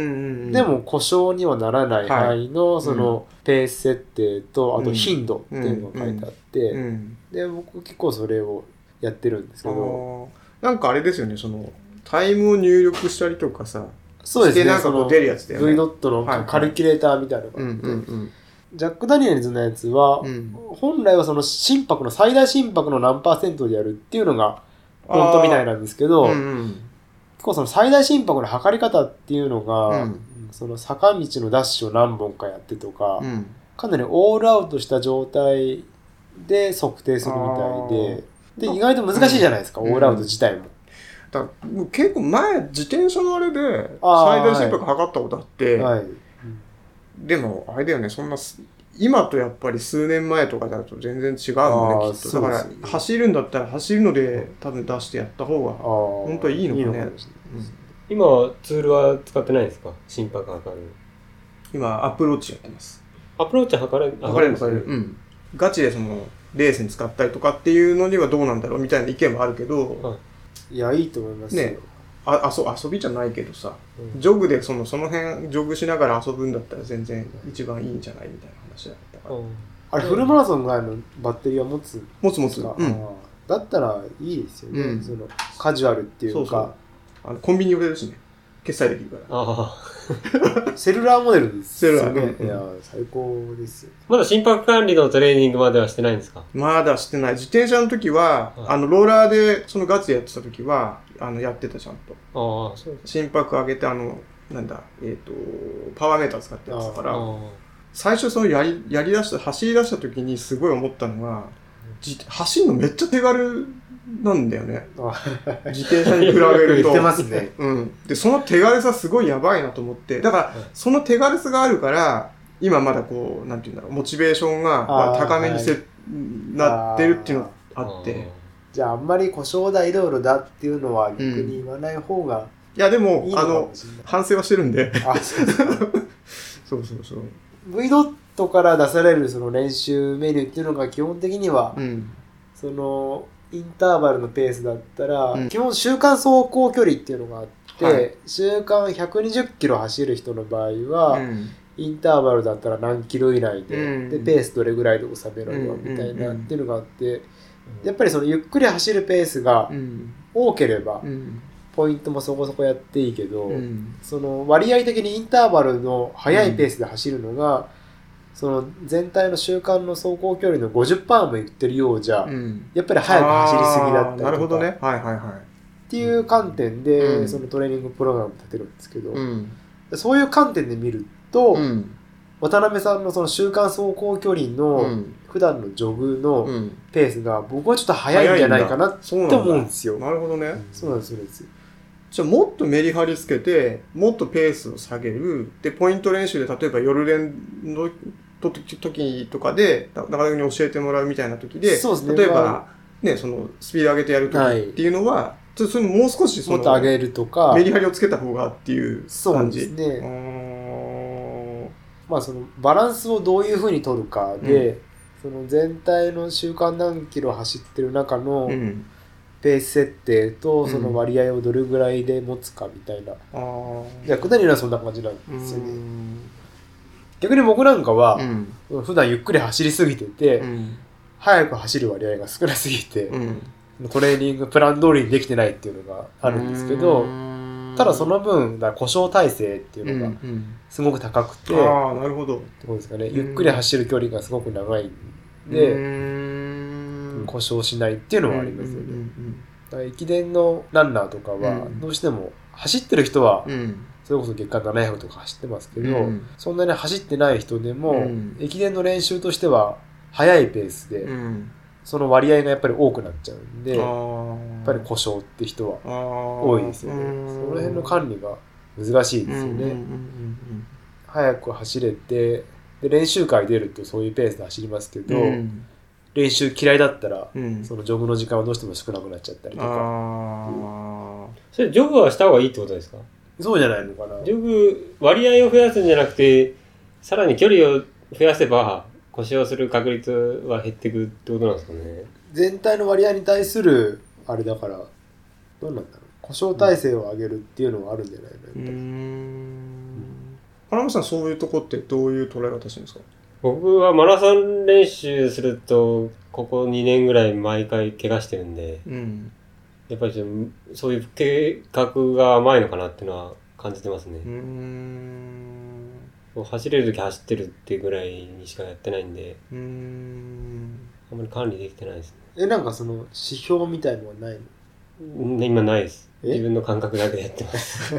ん
で、も故障にはならない範囲のそのペース設定とあと頻度っていうのが書いてあって、
うん。
で僕結構それをやってるんですけ
あ
ど
ーなんかあれですよね、その、タイムを入力したりとかさ、
そうですね
してなんかこう出るやつだよね。
V ドットの
はいはい
カルキュレーターみたいなのが
う
あ
ん
って、
うんうん。
ジャック・ダニエルズのやつは、
うん
本来はその心拍の最大心拍の何パーセントでやるっていうのが本当みたいなんですけど、
うんうん
結構その最大心拍の測り方っていうのが、
うん
その坂道のダッシュを何本かやってとか、
うん
かなりオールアウトした状態で測定するみたいで、で、意外と難しいじゃないですか、
うん
オールアウト自体も。
だからもう結構前自転車のあれで最
あー
大心拍測ったことあって、
はい。
でもあれだよねそんなす今とやっぱり数年前とかだと全然違う
あ
もん
ー
ねきっと
そ
だ
うです
か
よ
ら走るんだったら走るので多分出してやった方
あ
が
本
当はいいのかね
しれない
うん
です
今はツールは使ってないんですか心拍測る。
今、アップローチやってます。
アプローチ測れ、
わかるわかる。うん。ガチでその、レースに使ったりとかっていうのにはどうなんだろうみたいな意見もあるけど、
いや、いいと思いますよ。
ねあ、あそ、遊びじゃないけどさ、
うん
ジョグでその、その辺、ジョグしながら遊ぶんだったら全然一番いいんじゃないみたいな話だったから。
うん
あれ、フルマラソンぐらいのバッテリーは持つんで
もつもつ。
す
う
か、
ん。
あーだったらいいですよね、
うん
そのカジュアルっていうか
そうそうあの、コンビニ売れるしね。決済できるから。
ああ。
セルラーモデルですよね
セル
い
ラ
や
ー
最高ですよ
まだ心拍管理のトレーニングまではしてないんですか
まだしてない。自転車の時は、
はい
あの、ローラーで、そのガチでやってた時は、あの、やってた、ちゃんと。
ああ、そうです。
心拍上げて、あの、なんだ、えっ、と、パワーメーター使ってやってたか
あ
ら、
あ。
最初そのやり、やり出した、走り出した時にすごい思ったのが、じ走るのめっちゃ手軽なんだよね。
あ
自転車に比べる
言
と
って。ますね
うん。で、その手軽さすごいやばいなと思って、だから
うん、
その手軽さがあるから、今まだこう、なんて言うんだろう、モチベーションがまあ
あー
高めにせ、
は
なってるっていうのがあって。
じゃああんまり故障だいろいろだっていうのは逆に言わない方が
いや、でも、
いいの
あ
か
の
も、しれない、
反省はしてるんで。
<laughs> あそうですか
そうそうそう。
V ドットから出されるその練習メニューっていうのが基本的には、
うん。
そのインターバルのペースだったら、
うん
基本週間走行距離っていうのがあって、
はい
週間120キロ走る人の場合は、
うん
インターバルだったら何キロ以内で,、
うん
でペースどれぐらいで収められるわ
うん
みたいな
う
っ
ん
ていうのがあってやっ
ぱ
ぱりそのゆっくり走るペースが
うん。
多ければ
うん。
ポイントもそこそこやっていいけど、
うん。
その割合的にインターバルの速いペースで走るのが、その全体の週間の走行距離の50%もいってるようじゃ、
うん
やっぱり速く走りすぎだったり
あー
とか
なるほどね。はいはいはい。
っていう観点で、
うん
そのトレーニングプログラム立てるんですけど、
ん。
そういう観点で見ると、
ん。
渡辺さんのその週間走行距離の
ん。
普段のジョグ
う
の
ん。
ペースが僕はちょっと速いんじゃないかなって
そうなんだ
思うんですよ。
なるほどね。
そうなんですそうなんです
じゃあもっとメリハリつけて、もっとペースを下げる。で、ポイント練習で、例えば夜練のと時とかで、な中田君に教えてもらうみたいな時で、
そうですね
例えば
ま、
ね、その、スピード上げてやる時
はい
っていうのは、ちょっとそれもう少しそ
も
の、
っと上げるとか
メリハリをつけた方がっていう
そ
感
うで
じ。
すね、
うーん
まあそのバランスをどういうふうに取るかで、その全体の週間何キロ走ってる中の
うん。
ペース設定と
うん
その割合をどれぐらいで持つかみたいな、
あー
いや下りはそんな感じなん
うー
ですよね
ん。
逆に僕なんか
う
は、
ん。
普段ゆっくり走りすぎてて、
うん。
早く走る割合が少なすぎて、
うん。
トレーニングプラン通りにできてないっていうのがあるんですけど、ただその分だから故障耐性っていうのが
うん
すごく高くて、ど
ああなるほど
うですかね
ん
ゆっくり走る距離がすごく長いん
う
で、
ーん
故障しないっていうのはありますよね、
うん
だから駅伝のランナーとかは
うん
どうしても走ってる人は
うんうん
それこそ月間700とか走ってますけど、
うん
そんなに走ってない人でも、
うん
駅伝の練習としては速いペースで、
うん
その割合がやっぱり多くなっちゃうんで、
あ
や
ー
っぱり故障って人は
あー
多いですよね。
うん
その辺の管理が難しいですよね。
うんうんうん
早く走れてで練習会出るとそういうペースで走りますけ
う
ど、
んうん
練習嫌いだったら
うん
そのジョグの時間はどうしても少なくなっちゃったりとか
あ
それ、ジョグはした方がいいってことですか
そうじゃないのかな
ジョグ、割合を増やすんじゃなくて、さらに距離を増やせば、故障する確率は減っていくってことなんですかね。
全体の割合に対するあれだからどうなんだろう故障耐性を上げるっていうのはあるんじゃないのやっぱ
ーう
り
ん花村さんそういうとこってどういう捉え方してるんですか
僕はマラソン練習すると、ここ2年ぐらい毎回怪我してるんで、
うん
やっぱりちょっとそういう計画が甘いのかなっていうのは感じてますね
うー。ん
もう走れる時走ってるっていうぐらいにしかやってないんで、
うーん
あんまり管理できてないですね。
えなんかその指標みたいのはないの
うん今ないです。
え
自分の感覚だけでやってます。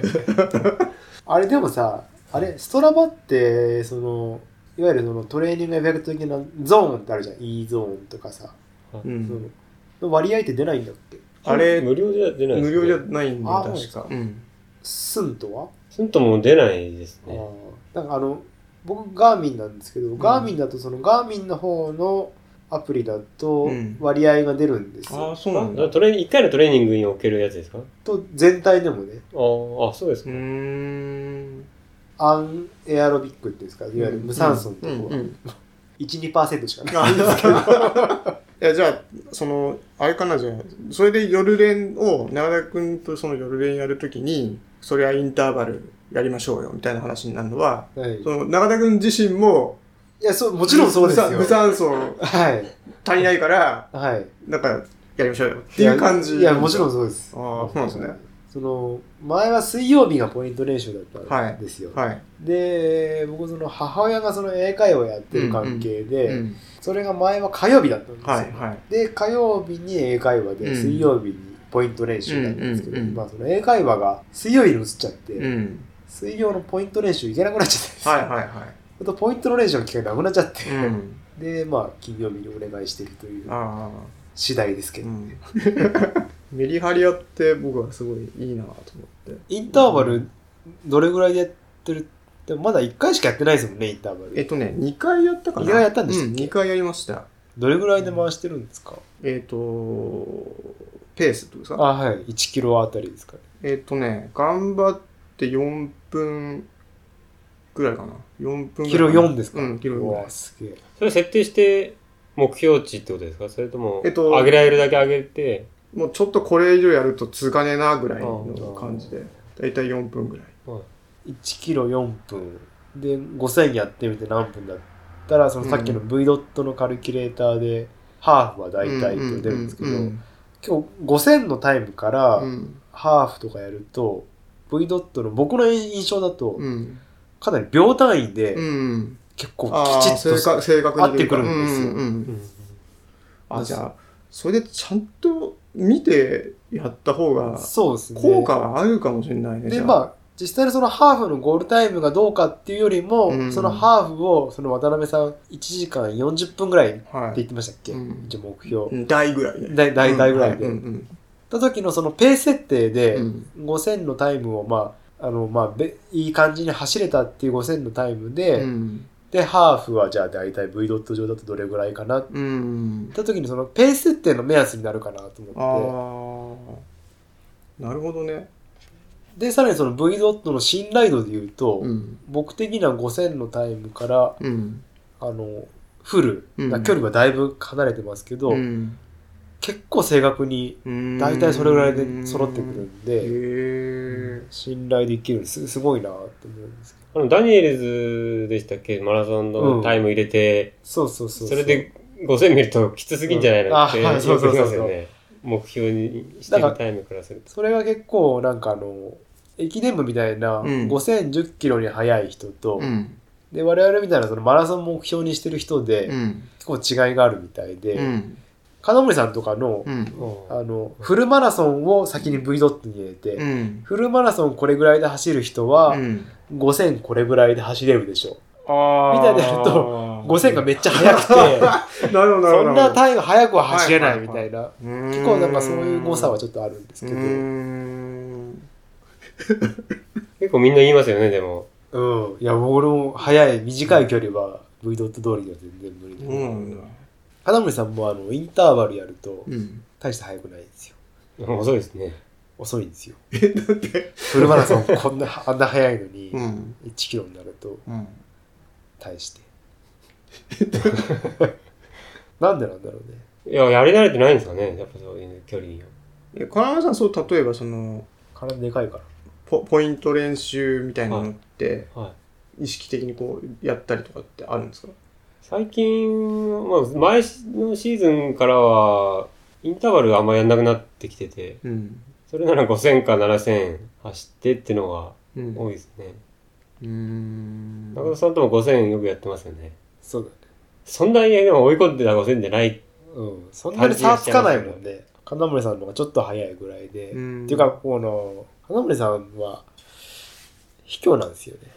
あれでもさあれストラバってそのいわゆるそのトレーニングエフェクト的なゾーンってあるじゃん E ゾーンとかさ、
う
その
ん
の割合って出ないんだっけ
あれ
無料じゃ出ないです、
無
ね。
料じゃないんで
あ
確かうん
スンとは
すんとも出ないです
あ
ね。
ーなんかあの僕ガーミンなんですけど、ガーミンだとそのガーミンの方のアプリだと
うん
割合が出るんです
あ
よ。
あ、そうなんだ。
あ
う
トレーニング一回のトレーニングにおけるやつですかあ
と全体でもね、
ーあ、そうですか。
ーん。
アンエアロビックっていうんですか、いわゆる無酸素のとこ
うんう
は、
ん
1、2%しかない。
いや、じゃあ、その、あれかな、じゃあ、それで夜練を、長田君とその夜練やるときに、それはインターバルやりましょうよ、みたいな話になるのは、
はい、い
その、長田君自身も、
やそう、もちろんそうですよ。
無酸無酸素
はい。
足りないから、
はい。っ
なんか、やりましょうよ、っていう感じ。
いや、いやもちろん。そうです。
ああ、そうなんですね。
その、前は水曜日がポイント練習だったんですよ。
はい。
で、僕、その母親がその英会話をやってる関係で、
うん
それが前は火曜日だったんですよ。
はい、はい。
で火曜日に英会話
う
で
ん
水曜日にポイント練習なんですけど、
うんうんうん
まあ、その英会話が水曜日に移っちゃって、
うん。
水曜のポイント練習行けなくなっちゃったんですよ
はい、はい、は
あとポイントの練習の機会なくなっちゃって、
い。うん。
でまあ金曜日にお願いしてるという
ああ。
次第ですけど、 <laughs>
うん、メリハリアって僕はすごいいいなと思って
インターバルどれぐらいでやってるでもまだ1回しかやってないですもんねインターバ
えっ
ル
とね2回やったかな
二回やったんでしたっけ
うん、2回やりました
どれぐらいで回してるんですか、
えっ、とペースってことですか
あはい1キロあたりですかね
えっ、とね頑張って4分ぐらいかな4分ぐらい
キロ4ですか、
うんキロ
う
4
わすげえ
それ設定して目標値ってことですかそれとも、
えっと
上げられるだけ上げて、
もうちょっとこれ以上やると続かねえなぐらいの感じでだいたい4分ぐらい
1キロ4分で5000やってみて何分だったらそのさっきの V ドットのカルキュレーターで、ハーフは大体って出るんですけど、
う
今
ん
日5000のタイムか
う
ら
ん
ハーフとかやると V ドットの僕の印象だと
うん
かなり秒単位
う
で
ん
結構
あ
きち
ー
っと
正確正確に
合ってくるんですよ
ううんうん
うん
あ、じゃあ、それでちゃんと見てやった方が、
そうですね
効果があるかもしれないね。
でまあ実際にそのハーフのゴールタイムがどうかっていうよりも、
うん
そのハーフをその渡辺さん1時間40分ぐらいって
あ、は
言っ
い。
てましたっけ、
うん
一応目標、
うん大ぐらいね。
大大体ぐらいで、
うんうん
った時のそのペース設定
う
で、
ん。
5000のタイムをまああのまあべいい感じに走れたっていう5000のタイム
う
で、
ん。
でハーフはじゃあ大体 V ドット上だとどれぐらいかなって
うん。
言った時にそのペース設定の目安になるかなと
あ
思って
あ。なるほどね。
でさらにその V ドットの信頼度で言うと、
うん。
僕的には5000のタイムから
うん。
あのフル、
うん
距離はだいぶ離れてますけど、
うん
結構正確に
うん
大体それぐらいで揃ってくるんで、
へえ。
信頼できるすすごいなと思うんですけど
あのダニエルズでしたっけマラソンのタイム入れて、
そうそうそうう
それで5000見るときつすぎんじゃないのって、
うんあはい
よく言い
そう
ま
そう
す
そ
よ
う
ね。目標にしてるタイムからすると。
それが結構なんかあの駅伝部みたいな
うん
5010キロに速い人と、
うん。
で我々みたいなそのマラソン目標にしてる人で、
うん。
結構違いがあるみたいで、
うん。
金森さんとかの,、
うん。
あのフルマラソンを先に V ドットに入れて、
うん。
フルマラソンこれぐらいで走る人は、5000これぐらいで走れるでしょ
ああ。
みたいなやる
と
5000がめっちゃ速くて
<laughs> なるほど、なるほど。
そんなタイム速くは走れないみたいな、
結
結構なんかそういう誤差はちょっとあるんですけど、
うーん
結構みんな言いますよね、でも。
うん。いや、俺も速い、短い距離は V ドット通りでは全然無理で。
そうなんだ。
金森さんもあの、インターバルやると、
うん。
大して速くないんですよ。
遅いですね。
遅いんですよ。え、だってフルマラソンこんな、あんな速いのに、
う
1
ん。
キロになると、
うん。
大して。 <laughs> なんでなんだろうね。
いや、やり慣れてないんですかね、やっぱそういう距離を。
え、金丸さん、そう、例えばその、
体でかいから。
ポポイント練習みたいなのって、
はい、
意識的にこう、やったりとかってあるんですか
最近、まあ、前のシーズンからは、インターバルあんまやんなくなってきてて、
うん。
それなら5000か7000走ってってのが
うん。
多
う
いですね。
ーん。
中田さんとも5000よくやってますよね。
そうだね。
そんなにでも追い込んでた5000じゃない。
うん。そんなに差つかないもんね。金森さんの方がちょっと速いぐらいで。
うん
っていうか、、この、金森さんは、卑怯なんですよね。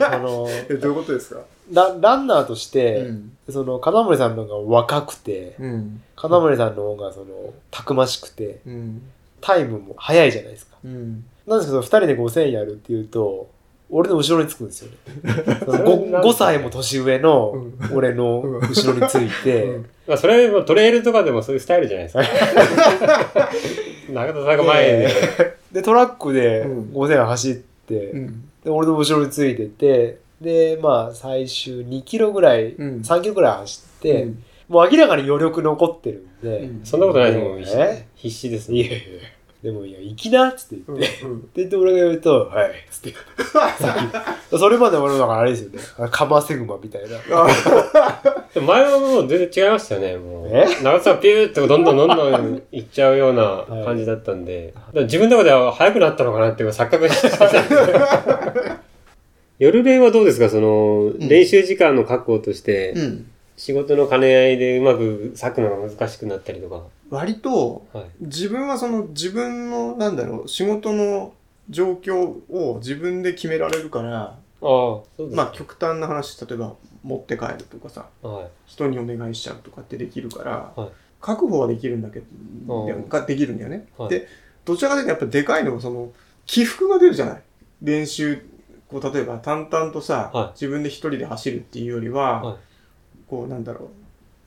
<laughs> あの、
え、どういうことですか
ラランナーとして、
ん。
その、金森さんの方が若くて、
うん。
金森さんの方が、その、たくましくて、
うん。
タイムも速いじゃないですか。
うん。
なんですけど、二人で5000やるっていうと、俺の後ろにつくん
<laughs>
ですよね
れなんか
5, 歳も年上の
うん
俺の後ろについて、
うん
まあ、それはもうトレイルとかでもそういうスタイルじゃないですか。中田さんが前で、
でトラックで
うん
午前走って、
うん
で俺の後ろについててでまあ最終2キロぐらい、
うん
3キロぐらい走って、
うん
もう明らかに余力残ってるんで、
うん
そんなことないですもん、
え
必死です
いやいや
ね。
いやでもいや行きなっつって言って、
うん
で、で俺が言うと、はい、つっ
<laughs>
て先それまで俺のだからあれですよね。あカマセグマみたいな。
でも前はもう全然違いましたよね、もう。
え
中田さんピューってどんどんどんどん行っちゃうような感じだったんで、だから自分の中では速くなったのかなっていう錯覚してたんですけど。
<laughs>
夜練はどうですかその、
ん
練習時間の確保として、
うん
仕事の兼ね合いでうまく割くのが難しくなったりとか。
割と
はい。
自分はその自分のなんだろう仕事の状況を自分で決められるから
ああ、そうですね。
まあ極端な話例えば持って帰るとかさ
はい。
人にお願いしちゃうとかってできるから、
はい
確保はできるんだけど
うん
ができるんだよね、
はい
でどちらかというとやっぱでかいのがその起伏が出るじゃない練習こう例えば淡々とさ、
はい
自分で一人で走るっていうよりは、
はい
こうなんだろ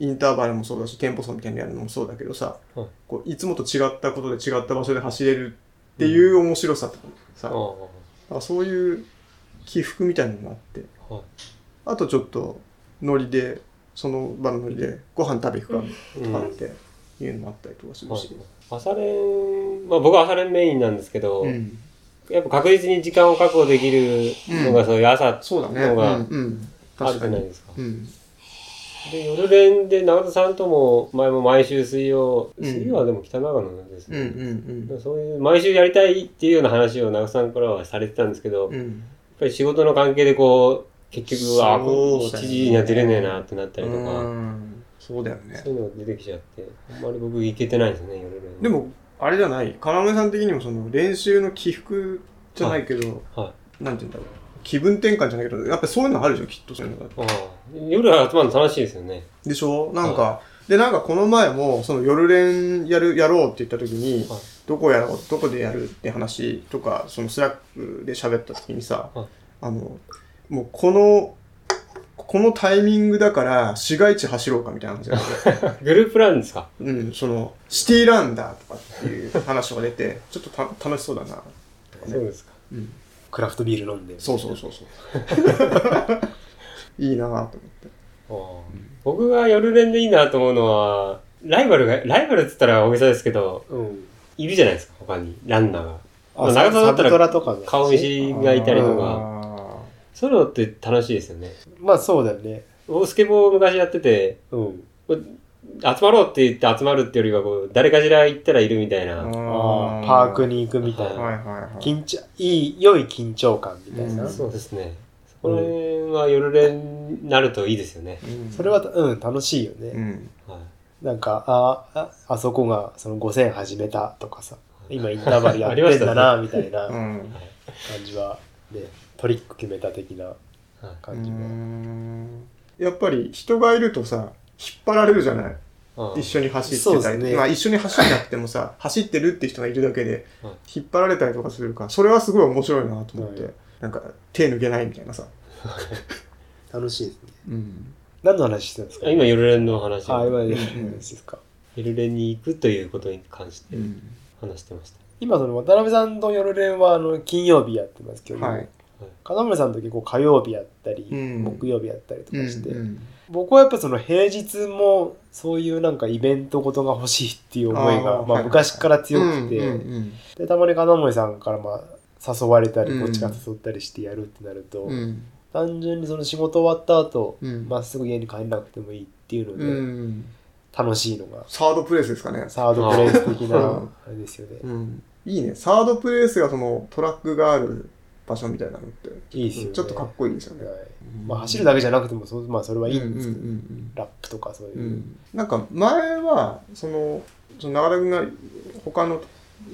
うインターバルもそうだしテンポ差みたいなのやるのもそうだけどさ、
はい
こういつもと違ったことで違った場所で走れるっていう面白さとかさ、
ああ。
なんかそういう起伏みたいなのがあって
はい
あとちょっとノリでその場のノリでご飯食べ行くか
う
と
ん
かっていうのもあったりとかするし、
朝練、まあ僕は朝練メインなんですけど、
うん
やっぱ確実に時間を確保できるのがそういう朝
そうだね
のが
うん、うん、
ある
確
じ
か
ゃない
に、
ですか。
うん、
で、夜練で長田さんとも前も毎週水曜、
うん
水曜はでも北長野なんです
うんう
ね。
ん
そういう毎週やりたいっていうような話を長田さんからはされてたんですけど、
うんう
やっ
ん
ぱり仕事の関係でこう、結局、ああ、
そうだよね
7時には出れねえなってなったりとか、
うんそうだよね
そういうのが出てきちゃって、あんまり僕行けてないんですよね、夜練。
で、もあれじゃない要さん的にもその練習の起伏じゃないけど、
はい。
なんて言うんだろう気分転換じゃないけどやっぱりそういうのあるじゃんきっとそういうのが
ああ夜は集まるの楽しいですよね。 <laughs>
でしょなんか、で、なんかこの前も、その夜練やる、やろうって言った時に、
はい
どこやろう、どこでやるって話とか、そのスラックで喋った時にさ、
はい
あの、もうこの、このタイミングだから市街地走ろうかみたいな話があって、
グループランですか
うん、その、シティランダーとかっていう話とか出て、ちょっとた楽しそうだな。
そうですか。
うん、
クラフトビール飲んで。
そうそうそうそう。 <laughs> いいなぁと思って。
ああ僕が夜練でいいなと思うのは、ライバルが、ライバルって言ったら大げさですけど、
う。うん。
いるじゃないですか、他に。ランナーが。まあ
あ、
長澤だ
サ
った
ブ
ら
トラとかね
顔見知りがいたりとか、
か。
そういうのって楽しいですよね。
まあそうだよね。
僕スケボーを昔やってて、
うん。
集まろうって言って集まるってよりは、こう、誰かしら行ったらいるみたいな。
あーパークに行くみたい
ー
な。
はいはいはい。
緊張、いい、良い緊張感みたいな。
うん
そうですね。そこら辺は夜練になるといいですよね。
それは、うん、楽しいよね。
うん、
はい
なんか、あ、ああそこがその5000始めたとかさ、
<laughs>
今インターバルやっ
ありま
て
し
んだ
た
な、みたいな
う
感
ん、
じは、ね、トリック決めた的な
はい
感じは。
やっぱり人がいるとさ引っ張られるじゃない
ああ
一緒に走って
そう
た
で
り、
すね
まあ一緒に走んなくて
<laughs>
もさ走ってるって人がいるだけで
はい
引っ張られたりとかするからそれはすごい面白いなと思って、
は
なんか手抜けないみたいなさ、
楽しいですね。
うん、
何の話してたんですか
あ今、夜練の話を
あ、今ね、話ですか。
夜練に行くということに関して
うん
話してました。
今、その渡辺さんと夜練は、あの、金曜日やってますけど、
はい、
金村さんと結構火曜日やったり、
うん
木曜日やったりとかして、
うん
僕はやっぱその平日もそういうなんかイベントごとが欲しいっていう思いが
あー
ま
は
あ、
い
昔から強くて、
うんうん
でたまに金森さんからまあ誘われた
う
り
ん
こっちが誘ったりしてやるってなると、
うん
単純にその仕事終わった後
うん
まっすぐ家に帰んなくてもいいっていうの
う
で、
ん
楽しいのが
サードプレイスですかね、
サードプレイス的
う
なんあれですよね、
うん、いいねサードプレイスがそのトラックがある場所みたいなのって
いいですよね
ちょっとかっこいいですよね。
はいまあ、走るだけじゃなくてもそう、まあ、それはいいんですけど、
うんうん
ラップとかそういう、
うんうんなんか前はそのその長田君が他の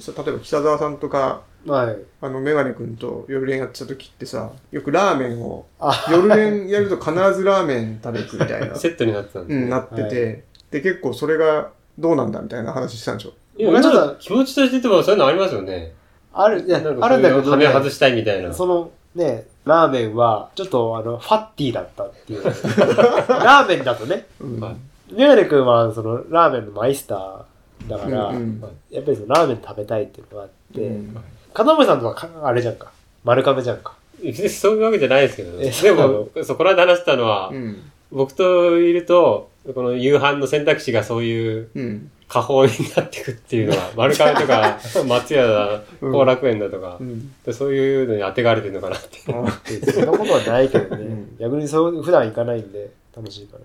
そう例えば北沢さんとか
はい
あのメガネ君と夜練やってた時ってさよくラーメンを
あ
夜練やると必ずラーメン食べてみ
<laughs>
たいな、
セットになってたん
う
ですね。
ん、なってて、で結構それがどうなんだみたいな話してたんでしょ。
いや
俺ちょっと
今気持ちとしてでもそういうのありますよね。
あるいや
なんか
あるんだけ
そう
ど、
いう
ね
羽、外したいみたいな。
そのね、ラーメンは、ちょっとあの、ファッティーだったっていう。ラーメンだとね。
うん
はい
宮根君は、その、ラーメンのマイスターだから、
うんうん
やっぱりそのラーメン食べたいっていうのがあって、
うん
片森さんとはか、あれじゃんか。丸亀じゃんか。
別に <laughs> そういうわけじゃないですけど、
えそうなの
でも、そうこの間話したのは、
うん
僕といると、この夕飯の選択肢がそういう
うん
下方になってくっていう
<laughs>
のは、丸亀とか松屋だ、
うん
後楽園だとか
<laughs>
う、ん
でそういうのに当てがわれてるのかなって。 <laughs>
あ
そんなことはないけどね。
うん
逆にそう、普段行かないんで、楽しいから。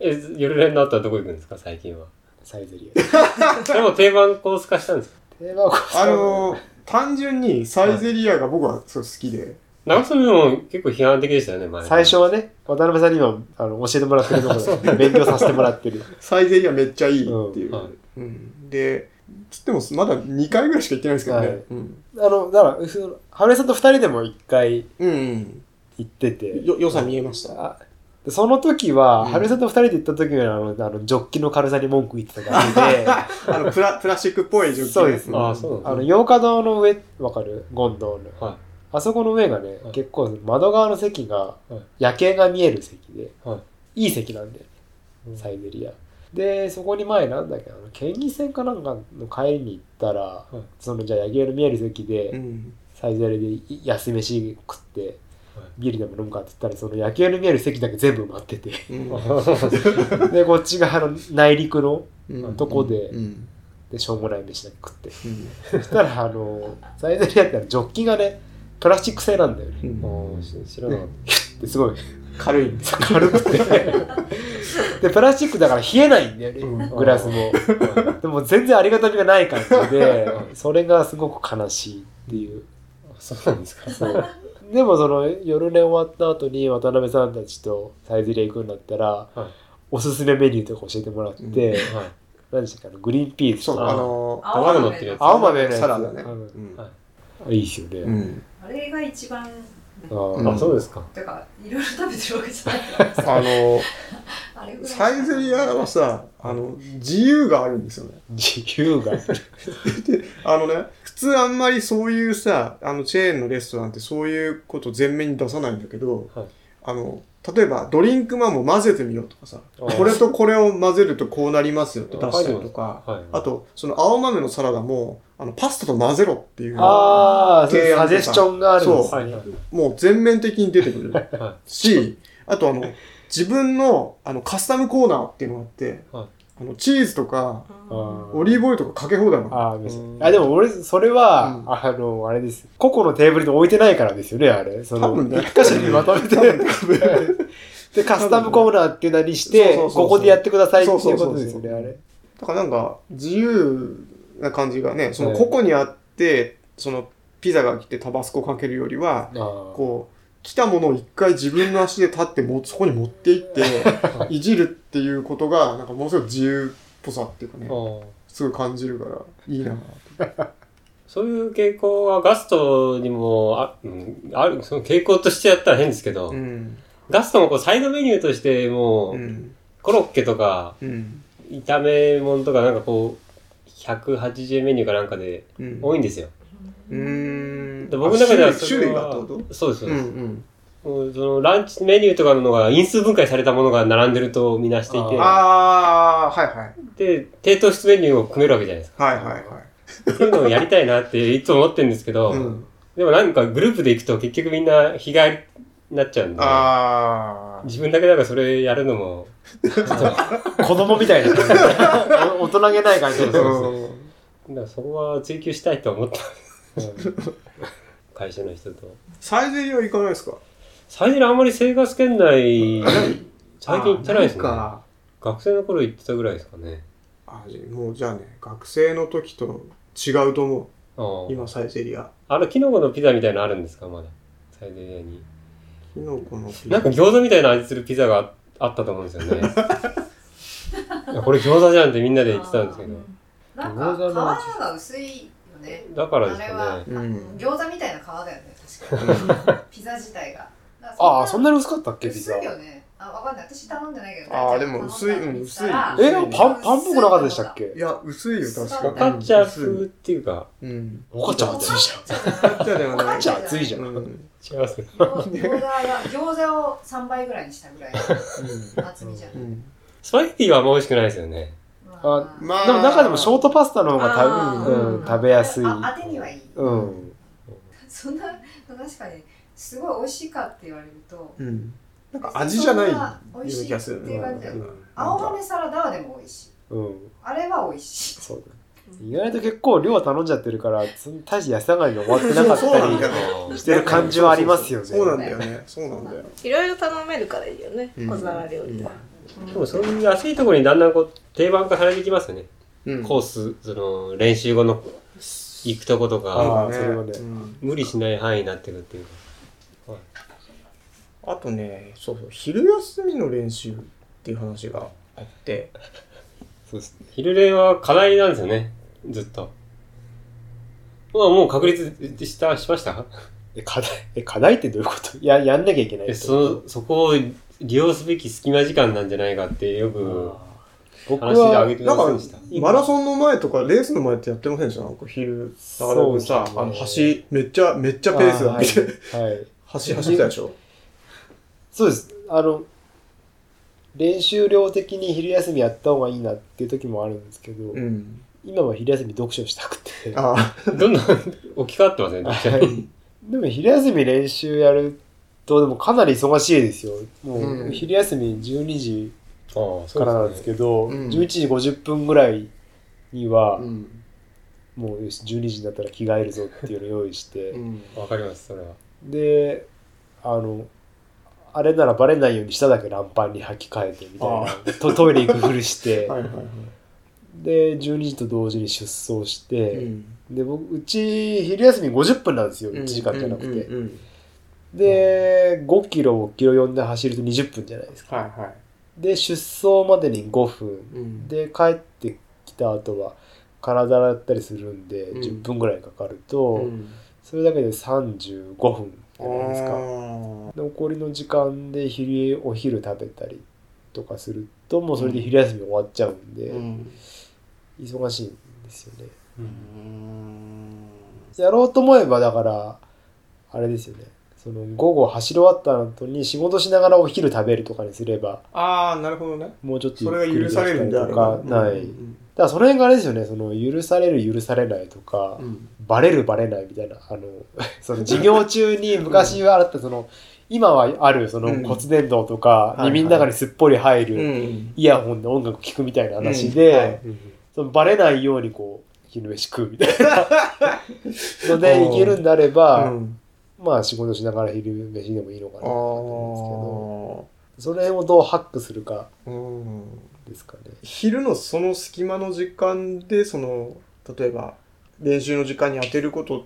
え、夜練の後はどこ行くんですか、最
<laughs>
近は。
サイゼリ
でも定番コース化したんですか
ア。テーマはこう
あのー単純にサイゼリアが僕はそう好きで
長曽根も結構批判的でしたよね、前。
最初はね、渡辺さんにもあの教えてもらってると <laughs> ころで、勉強させてもらってる。
サイゼリアめっちゃいいっていううん
はい
うんでつってもまだ2回ぐらいしか行ってないですけどね
はい
うん
あの、だから、その春江さんと二人でも一回
うん
行って
うん
て、
よ良さ見えました
あでその時は、
うん
春江さんと二人で行った時は、あの、あのジョッキの軽さに文句言ってた <laughs> 感
<laughs> あのプラプラスチックっぽい状況
そうです
ああ、そう
じで、
な
あ
ん
の、
で
洋華堂の上、わかる権堂の。
すね。は
あそこの上がね、
はい
結構窓側の席が、
は
夜景が見える席で、、
はい
い席なんだよ、
うん
サイゼリア。で、そこに前なんだっけ、あの、県議選かなんかの帰りに行ったら、
い
その、じゃあ夜景の見える席で、
うん
サイゼリヤで安い飯食って、ビールでも飲むかって言ったら、その夜景の見える席だけ全部埋ま
<laughs>
ってて、
うん
い。
で、こっち側の内陸の、
うん
どこで
うん
でしょうもない飯だけ食って。
うん
そしたら、あの、サイゼリヤってあのジョッキがね、プラスチック製なんだよね。
うん
もうし知らなかっ
ですごい
軽いんで
軽くてでプラスチックだから冷えないんだよね、
うん
グラスも
た。
でも全然ありがたみがない感じでそれがすごく悲しいっていう
そうなんですか。
そうでもその夜練終わった後に渡辺さんたちとサイゼリヤ行くんだったら、
い
おすすめメニューとか教えてもらって、
うん
はい。
何でしたっけあのグリーンピース
す
と
そうあ
か
のー
卵乗ってるやつ
青豆のやつ
サラダね
うん
うん
はい
いいですよね、
うん
あれが一番
あ
うん
ー
あ、そうですか。
だからいろいろ食べてるわけじゃないから
あのー
あれぐらいしか
<laughs> サイゼリアはさ、あの、自由があるんですよね。
自由が
あのね、普通あんまりそういうさ、あの、チェーンのレストランってそういうこと全面に出さないんだけど、
はい
あの、例えばドリンクマンも混ぜてみようとかさ、
あー
これとこれを混ぜるとこうなりますよって出したりとか、
はい。
あと、その青豆のサラダも、あの、パスタと混ぜろっていう、も
ああそういう
提案
サ
とか
ジェスチョンがあるんですね
そう
はいはい。
う全面的に出てくる
は
し、あとあの、自分の、あの、カスタムコーナーっていうのがあって、
はい
あの、チーズとか、
あー
オリーブオイルとかかけ放題なの。
あーごめんなさい
うん
あ、でも俺、それは、
うん
あの、あれです。個々のテーブルに置いてないからですよね、あれ。そ
多
の、
分ね
一箇所にまとめて。で、カスタムコーナーっていうなりし
そう
て、
そうそうそ
こ
う
こでやってくださいっていうことです
そ
よ
うそうそうそ
ね、
う
あれ。
だからなんか、自由な感じがね、その
はい
個々にあって、そのピザが来てタバスコかけるよりは、
こ
こう、来たものを一回自分の足で立っても、そこに持って行
<laughs>
って、いじるっていうことが、なんかものすごい自由っぽさっていうかね、
い。
すごい感じるから、いいな
そういう傾向はガストにもあ、うん、ある、その傾向としてやったら変ですけど、
うん。
ガストもこうサイドメニューとしても
う
う、
ん。
コロッケとか、
うん。
炒め物とかなんかこう、180メニューかなんかで
うん。
多いんですよ。
うーん。
で僕の中ではそ
種類種
れは
類がってこと
そうです、そう
う
で
ん
す。
うん。
もうそのランチメニューとかのが因数分解されたものが並んでるとみなしてい
ああ、はいはい。
て、で、低糖質メニューを組めるわけじ
<laughs>
ゃないです
はいはいはい。
か。そういうのをやりたいなっていつも思ってるんですけど、
うん。
でもなんかグループで行くと結局みんな日帰りになっちゃうんで、
ああ。
自分だけなんかそれやるのも、
う子供みたいな感 <laughs> じお大人げない感じですよね
うん
だからそこは追求したいと思った
うん
会社の人と。
サイゼリア行かないですか
最初にあんまり生活圏内、最近行ってないですね
あ。んか
学生の頃行ってたぐらいですかね。
あじゃあもうじゃあね、学生の時と違うと思
あ
う。今、サイゼリア。
あの、キノコのピザみたいなのあるんですかまだ。サイゼリアに。
キノコのピ
なんか餃子みたいな味するピザがあったと思うんですよ
<laughs>
ね。いやこれ餃子じゃんってみんなで言ってたんですけど。
なんか皮が薄いよね
だからですかね。
うん。
餃子
<laughs>
みたいな皮だよね確かにピザ自体がだから
ああ、そんなに薄かったっけ、ピザ
薄い。よねあ、わかんない。私頼んでないけど。
あー
大丈夫
でも薄い
頼だ
うん薄い
見
え
たら
うん
パンパンっぽくなかったでしたっけ
いや、薄いよ、確か
お
に。
かちゃ
うん
風っていうか、
薄いうん。
おかちゃん熱いじゃん
おかちゃではない
おかちゃん熱いじゃん、
う
うん
ん。うん
違います
<laughs>
ね。
餃子が餃子を3倍ぐらいにしたぐらいの厚みじゃな
う
い。
ん。
スパゲッティはあんま美味しくないですよね。
あ
ま
まあ。
でも中でもショートパスタの方が
あ
食べ,、
ー
うん、食べやすい
あ当てにはいい。
うん
そんな、確かに、すごい美味しいかって言われると、
うん。なんか味じゃないよ
美
う
味し
ない気がする。
っていう感じだ
う
よ
ん
青豆サラダはでも美味しい。
うん
あれは美味しい。
そう意外と結構量頼んじゃってるからそん大して安上がりに終わってなかっ
そうなん
た
だ
り
よ
してる感じはありますよね
そうなんだよね。そうなんだよ。
いろいろ頼めるからいいよね、小皿料理は。
でもそういう安いところにだんだんこう定番化されてきますよね。
うん
コース、その練習後の行くとことか、
あーそれはね
うん
無理しない範囲になってくっていうか。
あとね、そうそう、昼休みの練習っていう話があって、
そうです。昼練は課題なんですよね。ずっと。まあもう確立した、しました
え課題え課題ってどういうこと <laughs> いややんなきゃいけない
え、
ってこと
そ、そこを利用すべき隙間時間なんじゃないかってよく
僕
話で
は
挙げて
な
ま
ん
せん
か
でした。、
マラソンの前とか、レースの前ってやってませんでしたなんか昼、中田君さ、
そう
あの、
ですね
走、めっちゃ、めっちゃペース上げて、
あーはいはい
走、走ってたでしょ
そうですあの練習量的に昼休みやった方がいいなっていう時もあるんですけど、
うん。
今は昼休み読書したくて
ああ、
どんどん <laughs> 置き換わってますねどっちかに。
でも昼休み練習やるとでもかなり忙しいですよも
う
うん昼休み12時
ああ、そ
からなんですけど、
うん
11時50分ぐらいには、
うん。
もうよし12時になったら着替えるぞっていうのを用意して、
うん。
わかります、それは。
であのあれならバレないように下だけランパンに履き替えてみたい
あ
なトト <laughs> イレ行くふりして、
はいはいは
で12時と同時に出走し
い。
て、
ん。
で僕うち昼休み50分なんですよ1時間じゃなくて、
うんうんうん
で5キロをキロ4で走ると20分じゃないですか
はいは
で出走までに5分
い。うん
で帰ってきた後は体洗ったりするんで
うん
10分ぐらいかかると、
うん
それだけで35分じゃないです
あ
か
ー
で残りの時間で昼お昼食べたりとかするともうそれで昼休み終わっちゃうんで、
うん。
忙しいんですよね
うん
やろうと思えばだからあれですよねその午後走り終わった後に仕事しながらお昼食べるとかにすれば
ああ、なるほどね。
もうちょっと
それが許されるんであ
と
れ
か
ば。
ない、
う
だ
ん
からその辺があれですよねその許される許されないとか、
うん。
バレるバレないみたいなあの <laughs> その授業中に昔はあったその、今はあるその
うん
骨伝導とか、
はいはい
耳の中にすっぽり入る、
うん。
イヤホンで音楽聴くみたいな話
うんは
で
い、
そのバレないようにこう昼飯食うみたい
<laughs>
なのでいけるんであれば、
うん
まあ仕事しながら昼飯でもいいのかな
あ
と思うんで
ー
すけどその辺をどうハックするか
うん
ですかね。
昼のその隙間の時間でその例えば練習の時間に当てることっ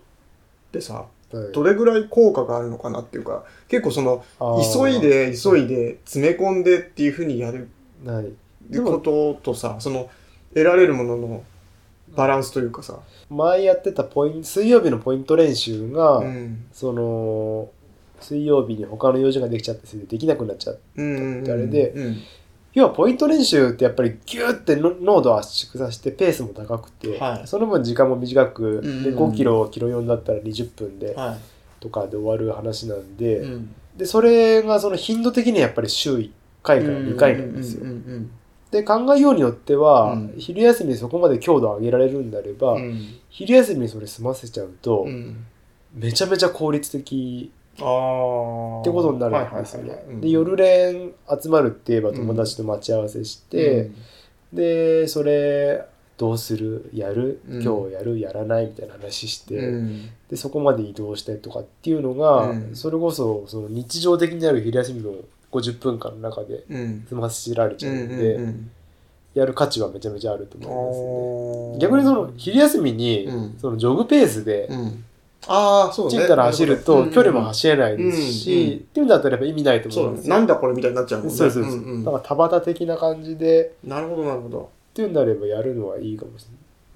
てさ
はい
どれぐらい効果があるのかなっていうか結構その
あー
急いで急いで詰め込んでっていうふうにやる
ないでも
こととさその得られるもののバランスというかさ、
前やってたポイン水曜日のポイント練習が、
うん
その水曜日に他の用事ができちゃってそれでできなくなっちゃう
うんうん、
あれで
うん
要はポイント練習ってやっぱりギューっての濃度を圧縮させてペースも高くて、
はい
その分時間も短く、
うん
で5キロキロ4だったら20分で、
は
とかで終わる話なんで、
いうん
でそれがその頻度的にはやっぱり週1回から2回なんですよ。
うんうん
で考えようによっては、
うん
昼休みにそこまで強度を上げられるんであれば、
うんうん
昼休みにそれ済ませちゃうと、
うん
めちゃめちゃ効率的
あー
ってことになるんですよね
はいはいはいはい。
で夜練集まるって言えば友達と待ち合わせして、でそれどうするやる
うん
今日やるやらないみたいな話して、
うん
でそこまで移動してとかっていうのが、
うん
それこそその日常的にある昼休みの50分間の中で
うん
済ませられちゃうんで、
うんうんうん
やる価値はめちゃめちゃあると思います
あー
ね。逆にその昼休みに、
うん
そのジョグペースで、
うんああそう
チ
ね
ンから走る
なほ
と
ど
距離も走れないですし、
うんうん
っていうんだったらやっぱ意味ないと
うんそ
思う
うんだ
で
ね
すよ。
なんだこれみたいになっちゃうもんね
そうそうそう。
んん
だから田畑的な感じで、
なるほどなるほど
っていうんであればやるのはいいかもし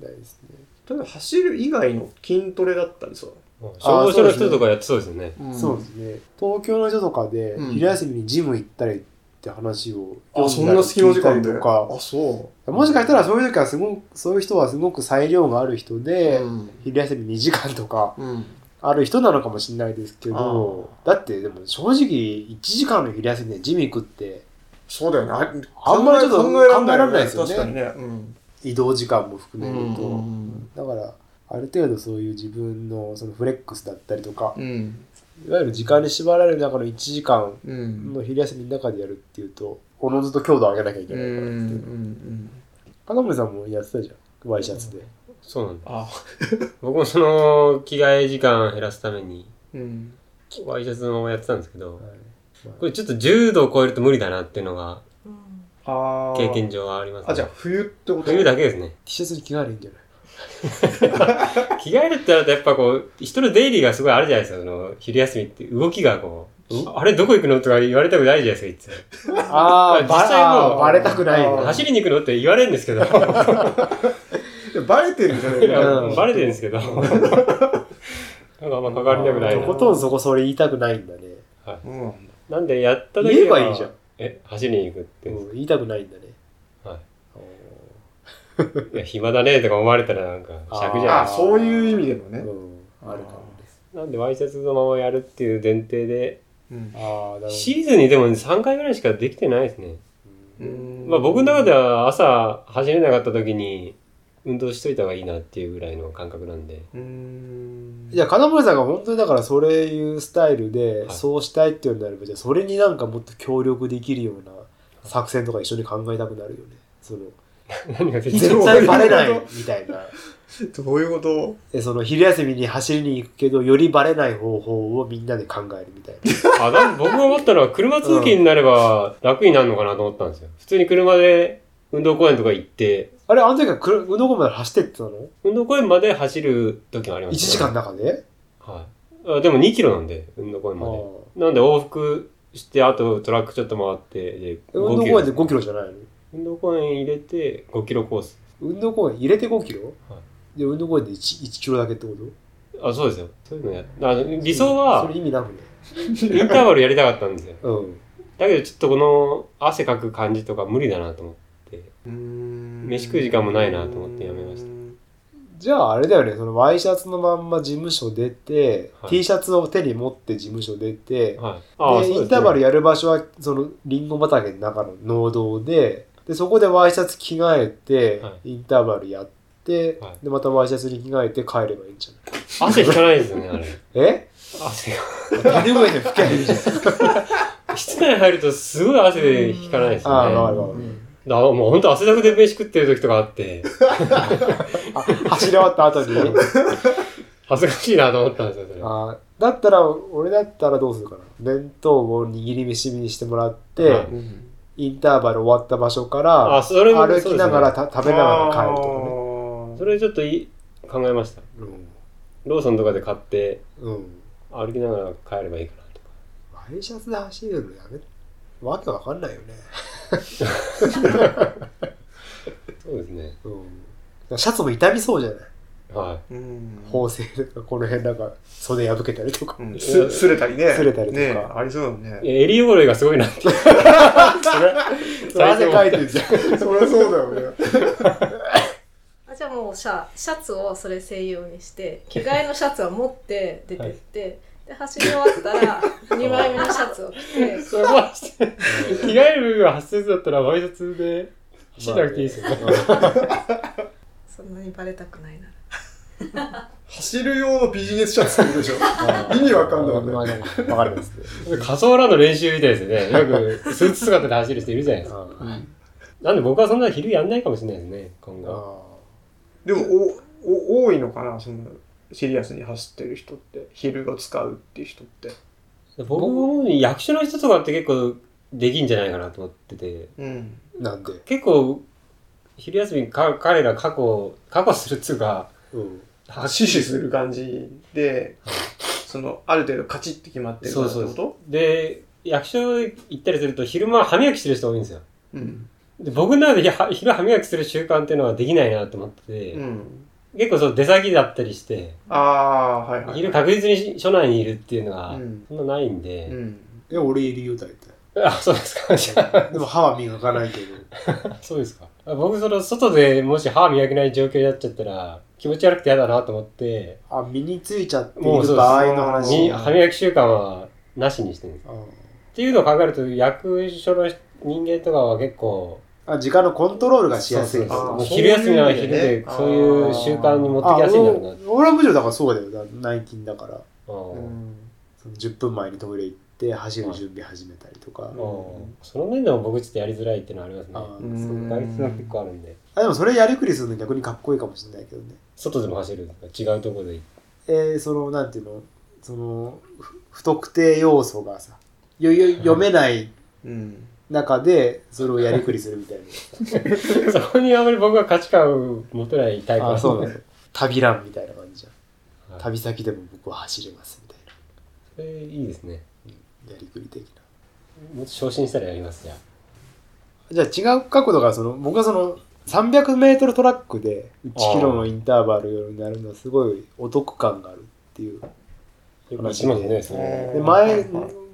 れないですね。
例えば走る以外の筋トレだったりさ
うん消防署の人とかやってそうですよね。
そうですね。東京の人とかで
うん
昼休みにジム行ったりって話を
あ、そんな隙間時間で。
とか
あ、そ
もしかしたらそういう時はすごくそういう人はすごく裁量がある人
う。
で、
うん。
昼休み2時間とか
うん。
ある人なのかもしれないですけどだってでも正直1時間の昼休みでジム行くって
そうだよね。
あんまりちょっと
考えられ
考えられ
な
ないいで
よ
すよね
確かにね。うん。
移動時間も含め
う
ると、
ん。
だからある程度そういう自分のそのフレックスだったりとか
うん。
いわゆる時間に縛られる中の1時間
うん。
の昼休みの中でやるっていうとおのずと強度を上げなきゃいけ
う。
ないからっていうん金森さんもやってたじゃんワイシャツで、
そうなんだ。
あ、
僕もその、着替え時間減らすために、
うん。
ワイシャツのままやってたんですけ
は、
ど
い
これちょっと10度を超えると無理だなっていうのが、
うん
ああ。
経験上はあります、ね。
あ、じゃあ冬ってこと
冬だけですね。
T シャツに着替えるんじゃない
着替えるってなるとやっぱこう、人の出入りがすごいあるじゃないですか、その、昼休みって動きがこう、あれどこ行くのとか言われたくないじゃないですか、いつ
あ
ーバレあー
バ
バ
レ
レ
た
た
く
く
な
ないい
ね
ね
も。
あ
走りに行くのって言われるんですけど、
いやバレてるんじゃない
いや
うん
バレてるんですけど、なんかあんま関わりたくない
と
な
こ。とんそこそれ言いたくないんだね
うん。
なんでやった時は
言えばいいじゃん。
え、走りに行くって。
うん言いたくないんだね
はいいや、暇だねとか思われたらなんか、尺じゃ
あ、
ない
そういう意味でもね。
うん、あるかもね
なんでワイシャツのままやるっていう前提で、
うん。
ああなるほ
シーズンにでも3回ぐらいしかできてないですね。
ど、
まあ僕の中では朝走れなかった時に運動しといた方がいいなっていうぐらいの感覚なん
<laughs>
で。
うん。
いや金森さんが本当にだからそれいうスタイルで、
はい
そうしたいっていうのであればじゃあそれになんかもっと協力できるような作戦とか一緒に考えたくなるよねその
何が出てる
絶対バレないみたいな <laughs>
どういうこと
でその昼休みに走りに行くけどよりバレない方法をみんなで考えるみたいな
<laughs> あ、だ僕が思ったのは車通勤になれば楽になるのかなと思ったんですよ。普通に車で運動公園とか行って、
あれあの時はくるうどこまで走ってってたの
運動公園まで走る時がありま
?1
す
時間の中で、
はい。あでも2キロなんで、運動公園まで。
あ
なんで往復して、あとトラックちょっと回って、で、
あ運動公園で5キロじゃないの
運動公園入れて5キロコース。
運動公園入れて5キロ、
は
で運動公園で 1, 1キロだけってこと
あ、そうですよ。そういうのや、あの理想は
それ、意味なくね
インターバルやりたかったんですよ。
うん
だけどちょっとこの汗かく感じとか無理だなと思って。
飯
飯食う時間もないなと思ってやめました
じゃああれだよねそのワイシャツのまんま事務所出て、
はい
T シャツを手に持って事務所出て、
はい。ああ、
で
そうです、ね。
インターバルやる場所はそのリンゴ畑の中の農道ででそこでワイシャツ着替えて、
は
インターバルやって、
はい
でまたワイシャツに着替えて帰ればいいんじゃ
汗引かないですよね、あれ。
ない
<laughs>
え
汗が。
誰もいない吹きゃいいじゃん
室内入るとすごい汗で引かないです
ああわか
よね。
るわかる
だからもう本当汗だくで飯食ってる時とかあって、
あ走り終わった後に
恥ずかしいなと思ったんですよ、それ。は
あだったら俺だったらどうするかな弁当を握り飯にしてもらって、
は
インターバル終わった場所か
あ、
ら
それも
歩
そう
き
です
な
ね
がら、た食べながら帰るとかね
それちょっといい考えました。ローソンとかで買って、
うん、うん、
歩きながら帰ればいいかなとか。
ワイシャツで走るのやめわけわかんないよね
そうですね。
うん、シャツも傷みそうじゃない
は
れうん
縫製とかこの辺なんか袖破けたりとか、
うんすすれたりね
すれたりとか
ねありそうだもんね
い。いや襟汚れがすごいなって。
それ汗かいてるじゃん
そりゃそうだよね
あじゃあもうシャシャツをそれ専用にして着替えのシャツは持って出てって、で走り終わったら2枚目のシャツを着て
そこはして、着替える部分は8節だったらワイシャツで走らなくていいですよね。
そんなにバレたくないなら
走る用のビジネスシャツってことで
<laughs>
しょ意味わかんないもんね
まあでもわかりますね
仮想ランの練習みたいですよね。よくスーツ姿で走る人いるじゃないですか。
あ
なんで僕はそんな昼やんないかもしれないですね、今後。
あ
でもおお多いのかなそのシリアスに走ってる人って昼を使うっていう人って
僕も役所の人とかって結構できんじゃないかなと思ってて、
うん
なんで、
結構昼休みか彼ら過去、過去するっつうか、
うん、
死守する感じでそのある程度カチッて決まってるからってこと
そうで、役所行ったりすると昼間歯磨きしてる人多いんですよ。
うん
で僕の中でいやは昼歯磨きする習慣っていうのはできないなと思ってて、
うん
結構そう出先だったりして、
ああはいはいはい
昼確実に署内にいるっていうのは
うん
そんなないんで、
うん
え俺いるよ大体
あ、そうですか。 <laughs> じゃ
でも歯は磨かないけど。
あ、そうですか。あ僕、その、外でもし歯磨けない状況になっちゃったら、気持ち悪くて嫌だなと思って、
あ、身についちゃってい
もうそ
る
う
場合の話。
に歯磨き習慣はなしにしてるんです。
うん
っていうのを考えると、役所の人間とかは結構、
あ、時間のコントロールがしやすいです。
そうそう
あ
そう
もう昼休みなら
そういう意味
昼で
で、ね
そういう習慣に持ってきやすいんだろうなって
俺俺はむしろだからそうだよ。だ内勤だから。
うん
その10分前にトイレ行って走る準備始めたりとか。
うんその面でも僕ちょっとやりづらいっていうのはありますね。
あ
う
そうん
外出が結構あるんで。
あでもそれやりくりするの逆にかっこいいかもしれないけどね。
外でも走るとか違うところで行
えー、その、なんていうの、その、ふ不特定要素がさ、よよ読めない
うん。
中で、それをやりくりするみたい
<laughs> って。 <laughs> そこにあまり僕は価値観を持てないタイプ
な。あ、そう
な
なんの。旅ランみたいな感じじゃ
は
ん。
い
旅先でも僕は走れますみたい
それいいですね。
な。やりくり的な。
もっと昇進したらやります、じゃあ。
じゃあ違う角度が、その、僕はその、300メートルトラックで1キロのインターバルになるのはすごいお得感があるっていう。
よくしますね、それ。
で
うん
前、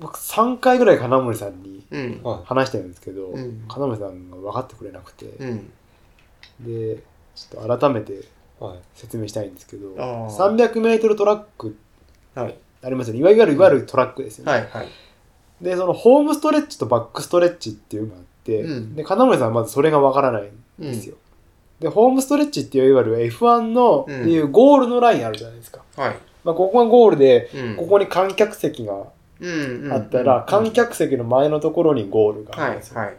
僕3回ぐらい金森さんに
うん。
は
話してるんですけど、
うん
金森さんが分かってくれなくて、
うん。
でちょっと改めて
い。はい。
説明したいんですけど
あー
300m トラック
はい。
ありますよねいわゆるいわゆるトラックですよね、
はい。はい。
でそのホームストレッチとバックストレッチっていうのがあって、
うん
で金森さんはまずそれが分からないん
う
で
ん。
すよ、でホームストレッチっていういわゆる F1 の
うん
いうゴールのラインあるじゃないですか、
はい。
まあ、ここがゴールで
うん。
ここに観客席が
うん。
あったら、観客席の前のところにゴールがあ
は
るん
い
です。よ
はい。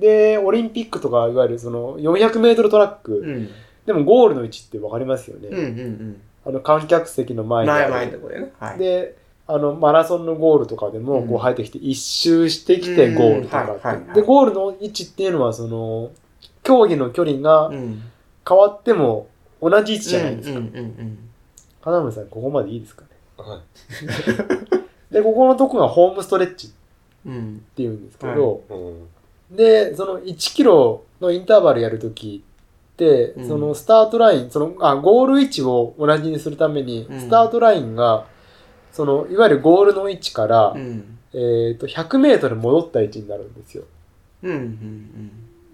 でオリンピックとかいわゆるその 400m トラック、
うん。
でもゴールの位置って分かりますよね、
うん。うん。
あの観客席の
う
前
ん。
にあ
前、
る
前のとこでね。はい。
であのマラソンのゴールとかでも
うん
こう入ってきて一周してきて
うん
ゴールとかって、
はいはいはい
でゴールの位置っていうのはその競技の距離が
うん。
変わっても同じ位置じゃないですか、
うん。うん。うん。
金森さんここまでいいですかね
はい。
でここのとこがホームストレッチっ
うん。
ていうんですけど、
うん。
で、その1キロのインターバルやるときって、
うん
そのスタートライン、その、あ、ゴール位置を同じにするために、
うん
スタートラインが、その、いわゆるゴールの位置から、
うん。
えっ、と、100メートル戻った位置になるんですよ。
うん。うん。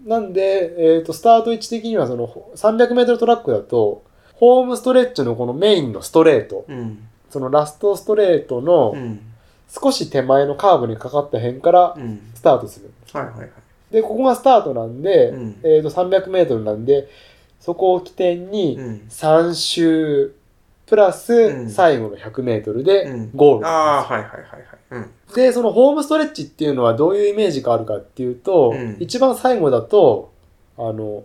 なんで、えっ、と、スタート位置的には、その、300メートルトラックだと、ホームストレッチのこのメインのストレート、
うん。
そのラストストレートの
うん。
少し手前のカーブにかかった辺から
うん。
スタートする。
はいはいはい。
で、ここがスタートなんで、
うん
えっ、と、300メートルなんで、そこを起点に
うん。
3周、プラ
う
ス
ん
最後の100メートル
う
で
ん
ゴール
あ
な
あ、
ん
はいはいはいはい。うん。
です、で、そのホームストレッチっていうのはどういうイメージがあるかっていうと、
うん
一番最後だと、あの、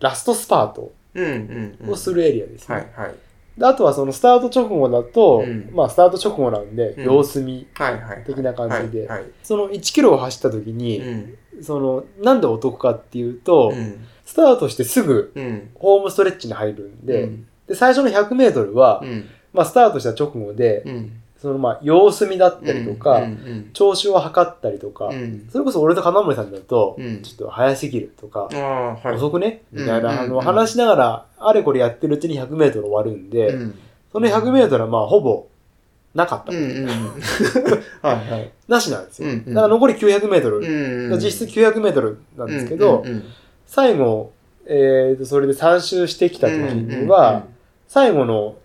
ラストスパート
うん。うん。
をするエリアですね。
はいはい。
であとはそのスタート直後だと、
うん
まあスタート直後なんで、
うん
様子見。
はいはい。
的な感じで
はい。はい
その1キロを走った時に、
ん。
その、なんでお得かっていうと、
うん。
スタートしてすぐ
うん。
ホームストレッチに入るんで、
うん。
で、最初の100メートルは、
うん。
まあ、スタートした直後で、
うん。
その、まあ、様子見だったりとか、
うん。
調子を測ったりとか、
うん。
それこそ俺と金森さんだと、
うん
ちょっと早すぎるとか
あ、あ、はい。
遅くねみたいな、
うん
あ
うん
の、話しながら、あれこれやってるうちに100メートル終わるんで、
うん。
その100メートルはまあ、ほぼ、なかった。
うんうん。はいはい。
なしなんですよ。
うんうん
だから残り900メートル。
うん。
実質900メートルなんですけど、
うんうん
最後、えーと、それで3周してきた時には、、最後の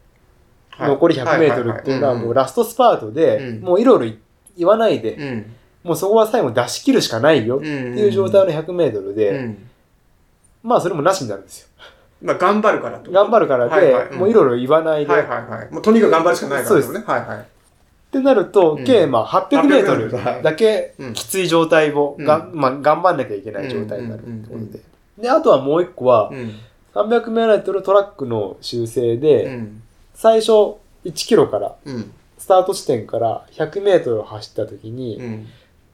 はい
残り100メートルっていうのはもうラストスパートで
う、ん
もういろいろ言わない
うん
で、
うん
もうそこは最後出し切るしかないよって
うん
いう状態の100メートル
う
で、
ん
まあそれもなしになるんですよ。
まあ、頑張るからと。
頑張るから
はいはい
で、
うん
もういろいろ言わないで。
はい
っ
はいはい。もうとにかく頑張るしかないからね。
そうで
はいはい。
てなると
う、ん
計まあ800メート
800メートルは
ル
い
だけ
うん
きつい状態を
うん
がん、まあ頑張んなきゃいけない状態になるってこ
うんう
と
んうん
で。で、あとはもう一個は
う、ん。
300メートルトラックの修正
う
で、
ん。
最初1キロから、
うん。
スタート地点から100メートル走った時に、
うん。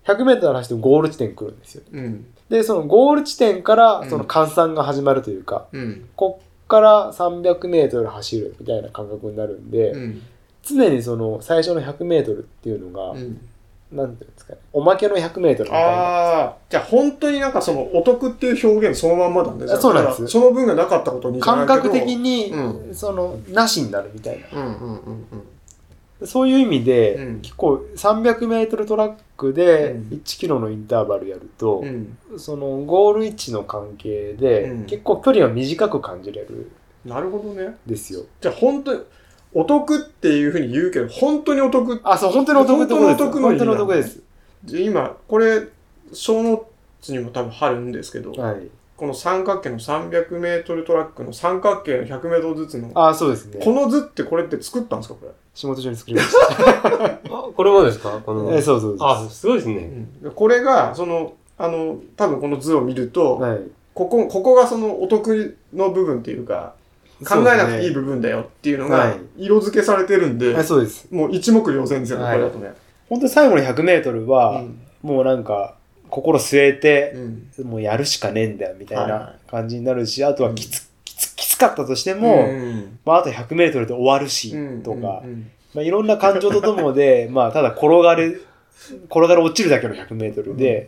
100メートル走ってもゴール地点来るんですよ。
うん。
で、そのゴール地点から
うん
その換算が始まるというか、
うん。
こっから300メートル走るみたいな感覚になるんで、
うん。
常にその最初の100メートルっていうのが、
うん。
なんていうんですかね、おまけの100メートルみたいな。
ああ、じゃあ本当になんかそのお得っていう表現そのまんまだね。じゃあ
そうなんです
だからその分がなかったことにじゃない
感
けど
覚的に、
う
その、なしになるみたいな。
うんうんうんうん。
そういう意味で、
うん
結構 300m トラックで
うん
1キロのインターバルやると
う、ん。
そのゴール位置の関係で、
うん
結構距離は短く感じれるん
なるほどね。
ですよ。
じゃあ本当に、お得っていうふうに言うけど、本当にお得。
あ、そう、本当にお得ってことです。
本当のお得の意
本当
味
に
な
お
の
得です。
で今、これ、小ノーツにも多分貼るんですけど、
はい。
この三角形の300メートルトラックの三角形の100メートルずつの、
あ、そうです
こ
ね。
の図ってこれって作ったんですか、これ。
仕事中に作りました。
あこれもですかこの。
えそうそうそう
あ、すごいです
う
ね。
ん、これが、その、あの、多分この図を見ると、
はい。
ここ、ここがそのお得の部分っていうか、考えなくていい
そうですね
部分だよっていう
は
のが
い、
色付けされてるんで、
あそうです。
もう一目瞭然ですよね、
はい
これだとね。
本当に最後の 100m は、
うん
もうなんか、心据え
う
て、
ん
もうやるしかねえんだよ、みたい
は
な感じになるし、あとはきつ、きつ、きつかったとしても、
うん
まあ、あと 100m で終わるし、とか、
うんうん
まあ、いろんな感情ととも <laughs> で、まあ、ただ転がる、転がる落ちるだけの 100m で、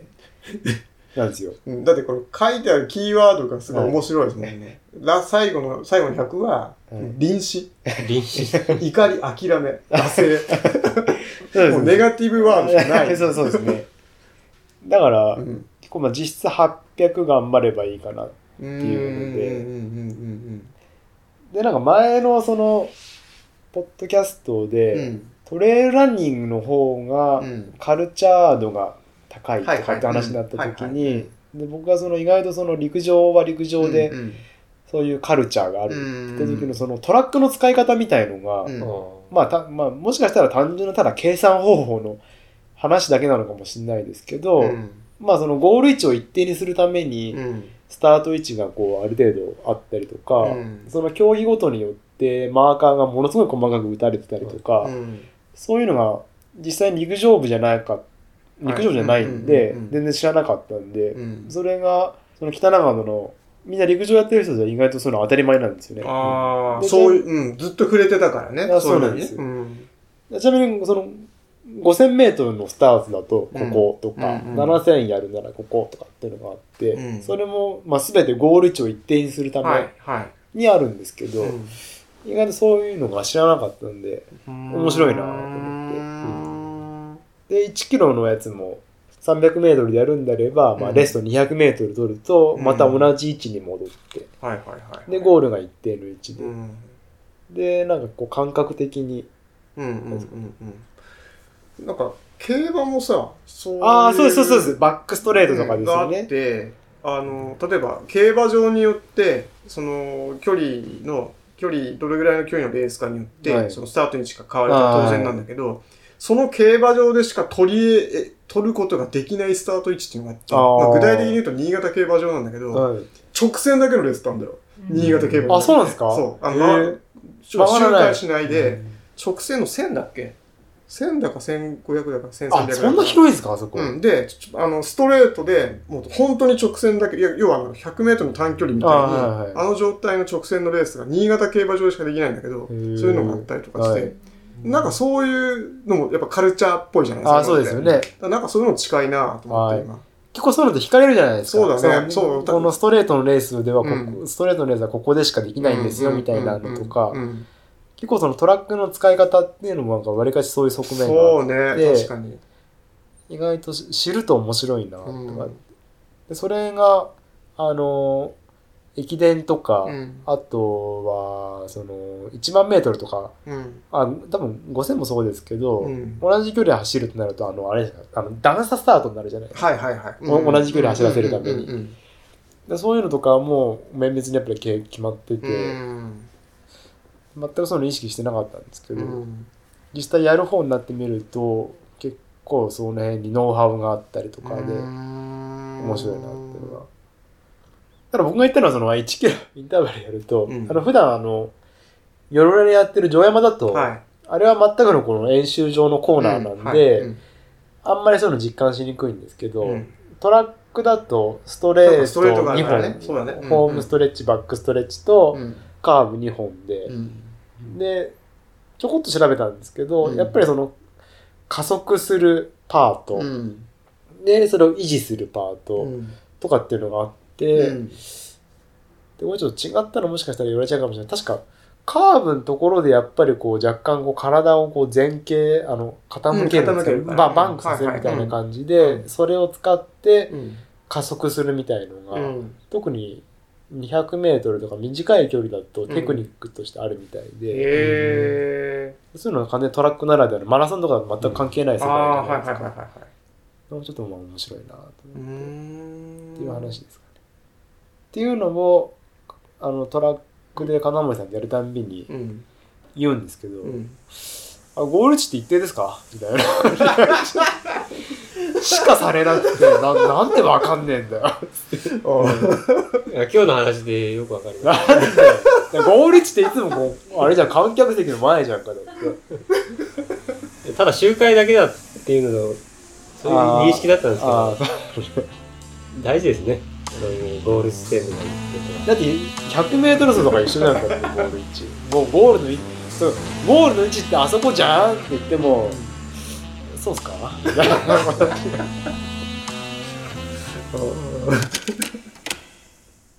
なんですよ。
うんだってこの書いてあるキーワードがすごい面白いですね。ら最後の、最後の100は、
はい
臨死、
臨死。 <laughs>
怒り、諦め、惰
そう
性。もうネガティブワードしかない。
<laughs> そうそうですね。だから、
うん
結構まあ実質800頑張ればいいかな。
って
いうので
の
で、なんか前のその、ポッドキャストで、トレイルランニングの方が、カルチャー度が高いとかって話になった時
はいはいうんはいは
に、で僕がその意外とその陸上は陸上で、
うん
そういうカルチャーがあ
う
る
ん
って時のそのトラックの使い方みたいのが、
うん
まあた、まあ、もしかしたら単純なただ計算方法の話だけなのかもしれないですけど、
うん
まあそのゴール位置を一定にするために、
うん
スタート位置がこうある程度あったりとか、
うん
その競技ごとによってマーカーがものすごい細かく打たれてたりとか、
うん
そういうのが実際に陸上部じゃないか陸上じゃないん
う
で
んうんうんうん
全然知らなかったんで、
うん
それがその北長野のみんな陸上やってる人じゃ意外とそういうの当たり前なんですよね。
ああ
で
そういううんずっと触れてたからね
あ
いのにね
そう
うん
ちなみにその 5000m のスタートだとこことか、
うんうんうん
7000やるならこことかっていうのがあって、
うん
それも、まあ、全てゴール位置を一定にするた
はい
め
はい
にあるんですけど、
うん
意外とそういうのが知らなかったんで面白いなと思って
思
で1キロのやつも 300m でやるんであれば、まあ、
うん
レスト 200m 取ると
うん
また同じ位置に戻って、
はいはいはい
でゴールが一定の位置で、
うん
でなんかこう感覚的に
うんうんうんうんなんか競馬もさそういう
ああそうですそうですバックストレートとかですよ
があっ
ね、
てあの例えば競馬場によってその距離の距離どれぐらいの距離のレースかによって、
はい
そのスタートにしか変わるのは当然なんだけどその競馬場でしか取りえ取ることができないスタート位置っていうのがあって
あー
まあ具体的に言うと新潟競馬場なんだけど、
はい
直線だけのレースだったんだよ新潟競馬場
あそうなんですか
そうあの、
へ
ま
ー
周
回らない
回しないで直線の1000だっけ1000だか1500だか1300だか
あそんな広いんですかあそこ、
うん、で、ちょあの、ストレートで、もう本当に直線だけ、いや要はあの100メートルの短距離みたいに、あ,、
あーはいはい
の状態の直線のレースが新潟競馬場でしかできないんだけど、
へ
そ
ー
ういうのがあったりとかして、
はい
なんかそういうのもやっぱカルチャーっぽいじゃないですか。
あーそうですよ
だ
ね
からなんかそういうの近いなと思って今。
結構そういうのって惹かれるじゃないですか
そうだね
その
そう
このストレートのレースではここ、
うん
ストレートのレースはここでしかできないんですよみたいなのとか、
うんうんうん
結構そのトラックの使い方っていうのもなんかわりかしそういう側面が
そ
あ
う
っ
ね、
で
確かに。
て意外とし知ると面白いなとか、
うん
でそれがあの駅伝とか、
うん
あとはその1万メートルとか
うん
あ多分5000もそうですけど、
うん
同じ距離走るとなるとあのあれですかあの段差スタートになるじゃないですか
はいはいはい。
お同じ距離走らせるために
うんうん
でそういうのとかはもう綿密にやっぱりけ決まってて、
うんうん
全くそういうの意識してなかったんですけ
う
ど、
んうん
実際やる方になってみると結構その辺にノウハウがあったりとかで面
面
白いなっていうのは。ただ僕が言ったのはその1キロ <laughs> インターバルやると、
うん
あの普段あのヨロレでやってる城山だと、
はい。
あれは全くのこの演習場のコーナーなんで、
うんはい
あんまりそういうの実感しにくいんですけど、
うん
トラックだとストレート
ストレートがあ
2
るからね
本、
そうだねうん
ホームストレッチ、バックストレッチと、
うん
カーブ2本で、
うん
でちょこっと調べたんですけど、
うん
やっぱりその加速するパート、
うん
でそれを維持するパート、
うん
とかっていうのがあって、
うん
でこれちょっと違ったのもしかしたら言われちゃうかもしれない確かカーブのところでやっぱりこう若干こう体をこう前傾、あの、傾けるんです
うん傾ける
よ。まあバンクさせるみたいな感じで、それを使って
うん。
加速するみたいの
う
が、
ん。
特に200メートルとか短い距離だとテクニックとしてあるみたいで、
へ
そういうのは完全にトラックならではのマラソンとかは全く関係ない
ー。
世
あ
界
あ、
じゃ
は
ないいで
は
す
いはい
か。
は
もうちょっとまあ面白いなと
い。うー
思って。
ん。
っていう話ですかね。っていうのもあのトラックで金森さんとやるたんびに
うん。
言うんですけど、
うん。
あゴール地って一定ですかみたいな。 <laughs> しかされなくてななんでわかんねえんだよ。
いや今日の話でよくわかりまし
なんでゴール地っていつもこうあれじゃん観客席の前じゃんかだって。
た。ただ集会だけだっていうのと、そういう認識だったんですけ
あ
ど、
ー
大事ですね。そういうゴール地点のって
だって100メートル走とか一緒なんだよゴール位置。もうゴールの位置そうゴールの位置ってあそこじゃんって言っても。 <laughs> そうっすかみたいな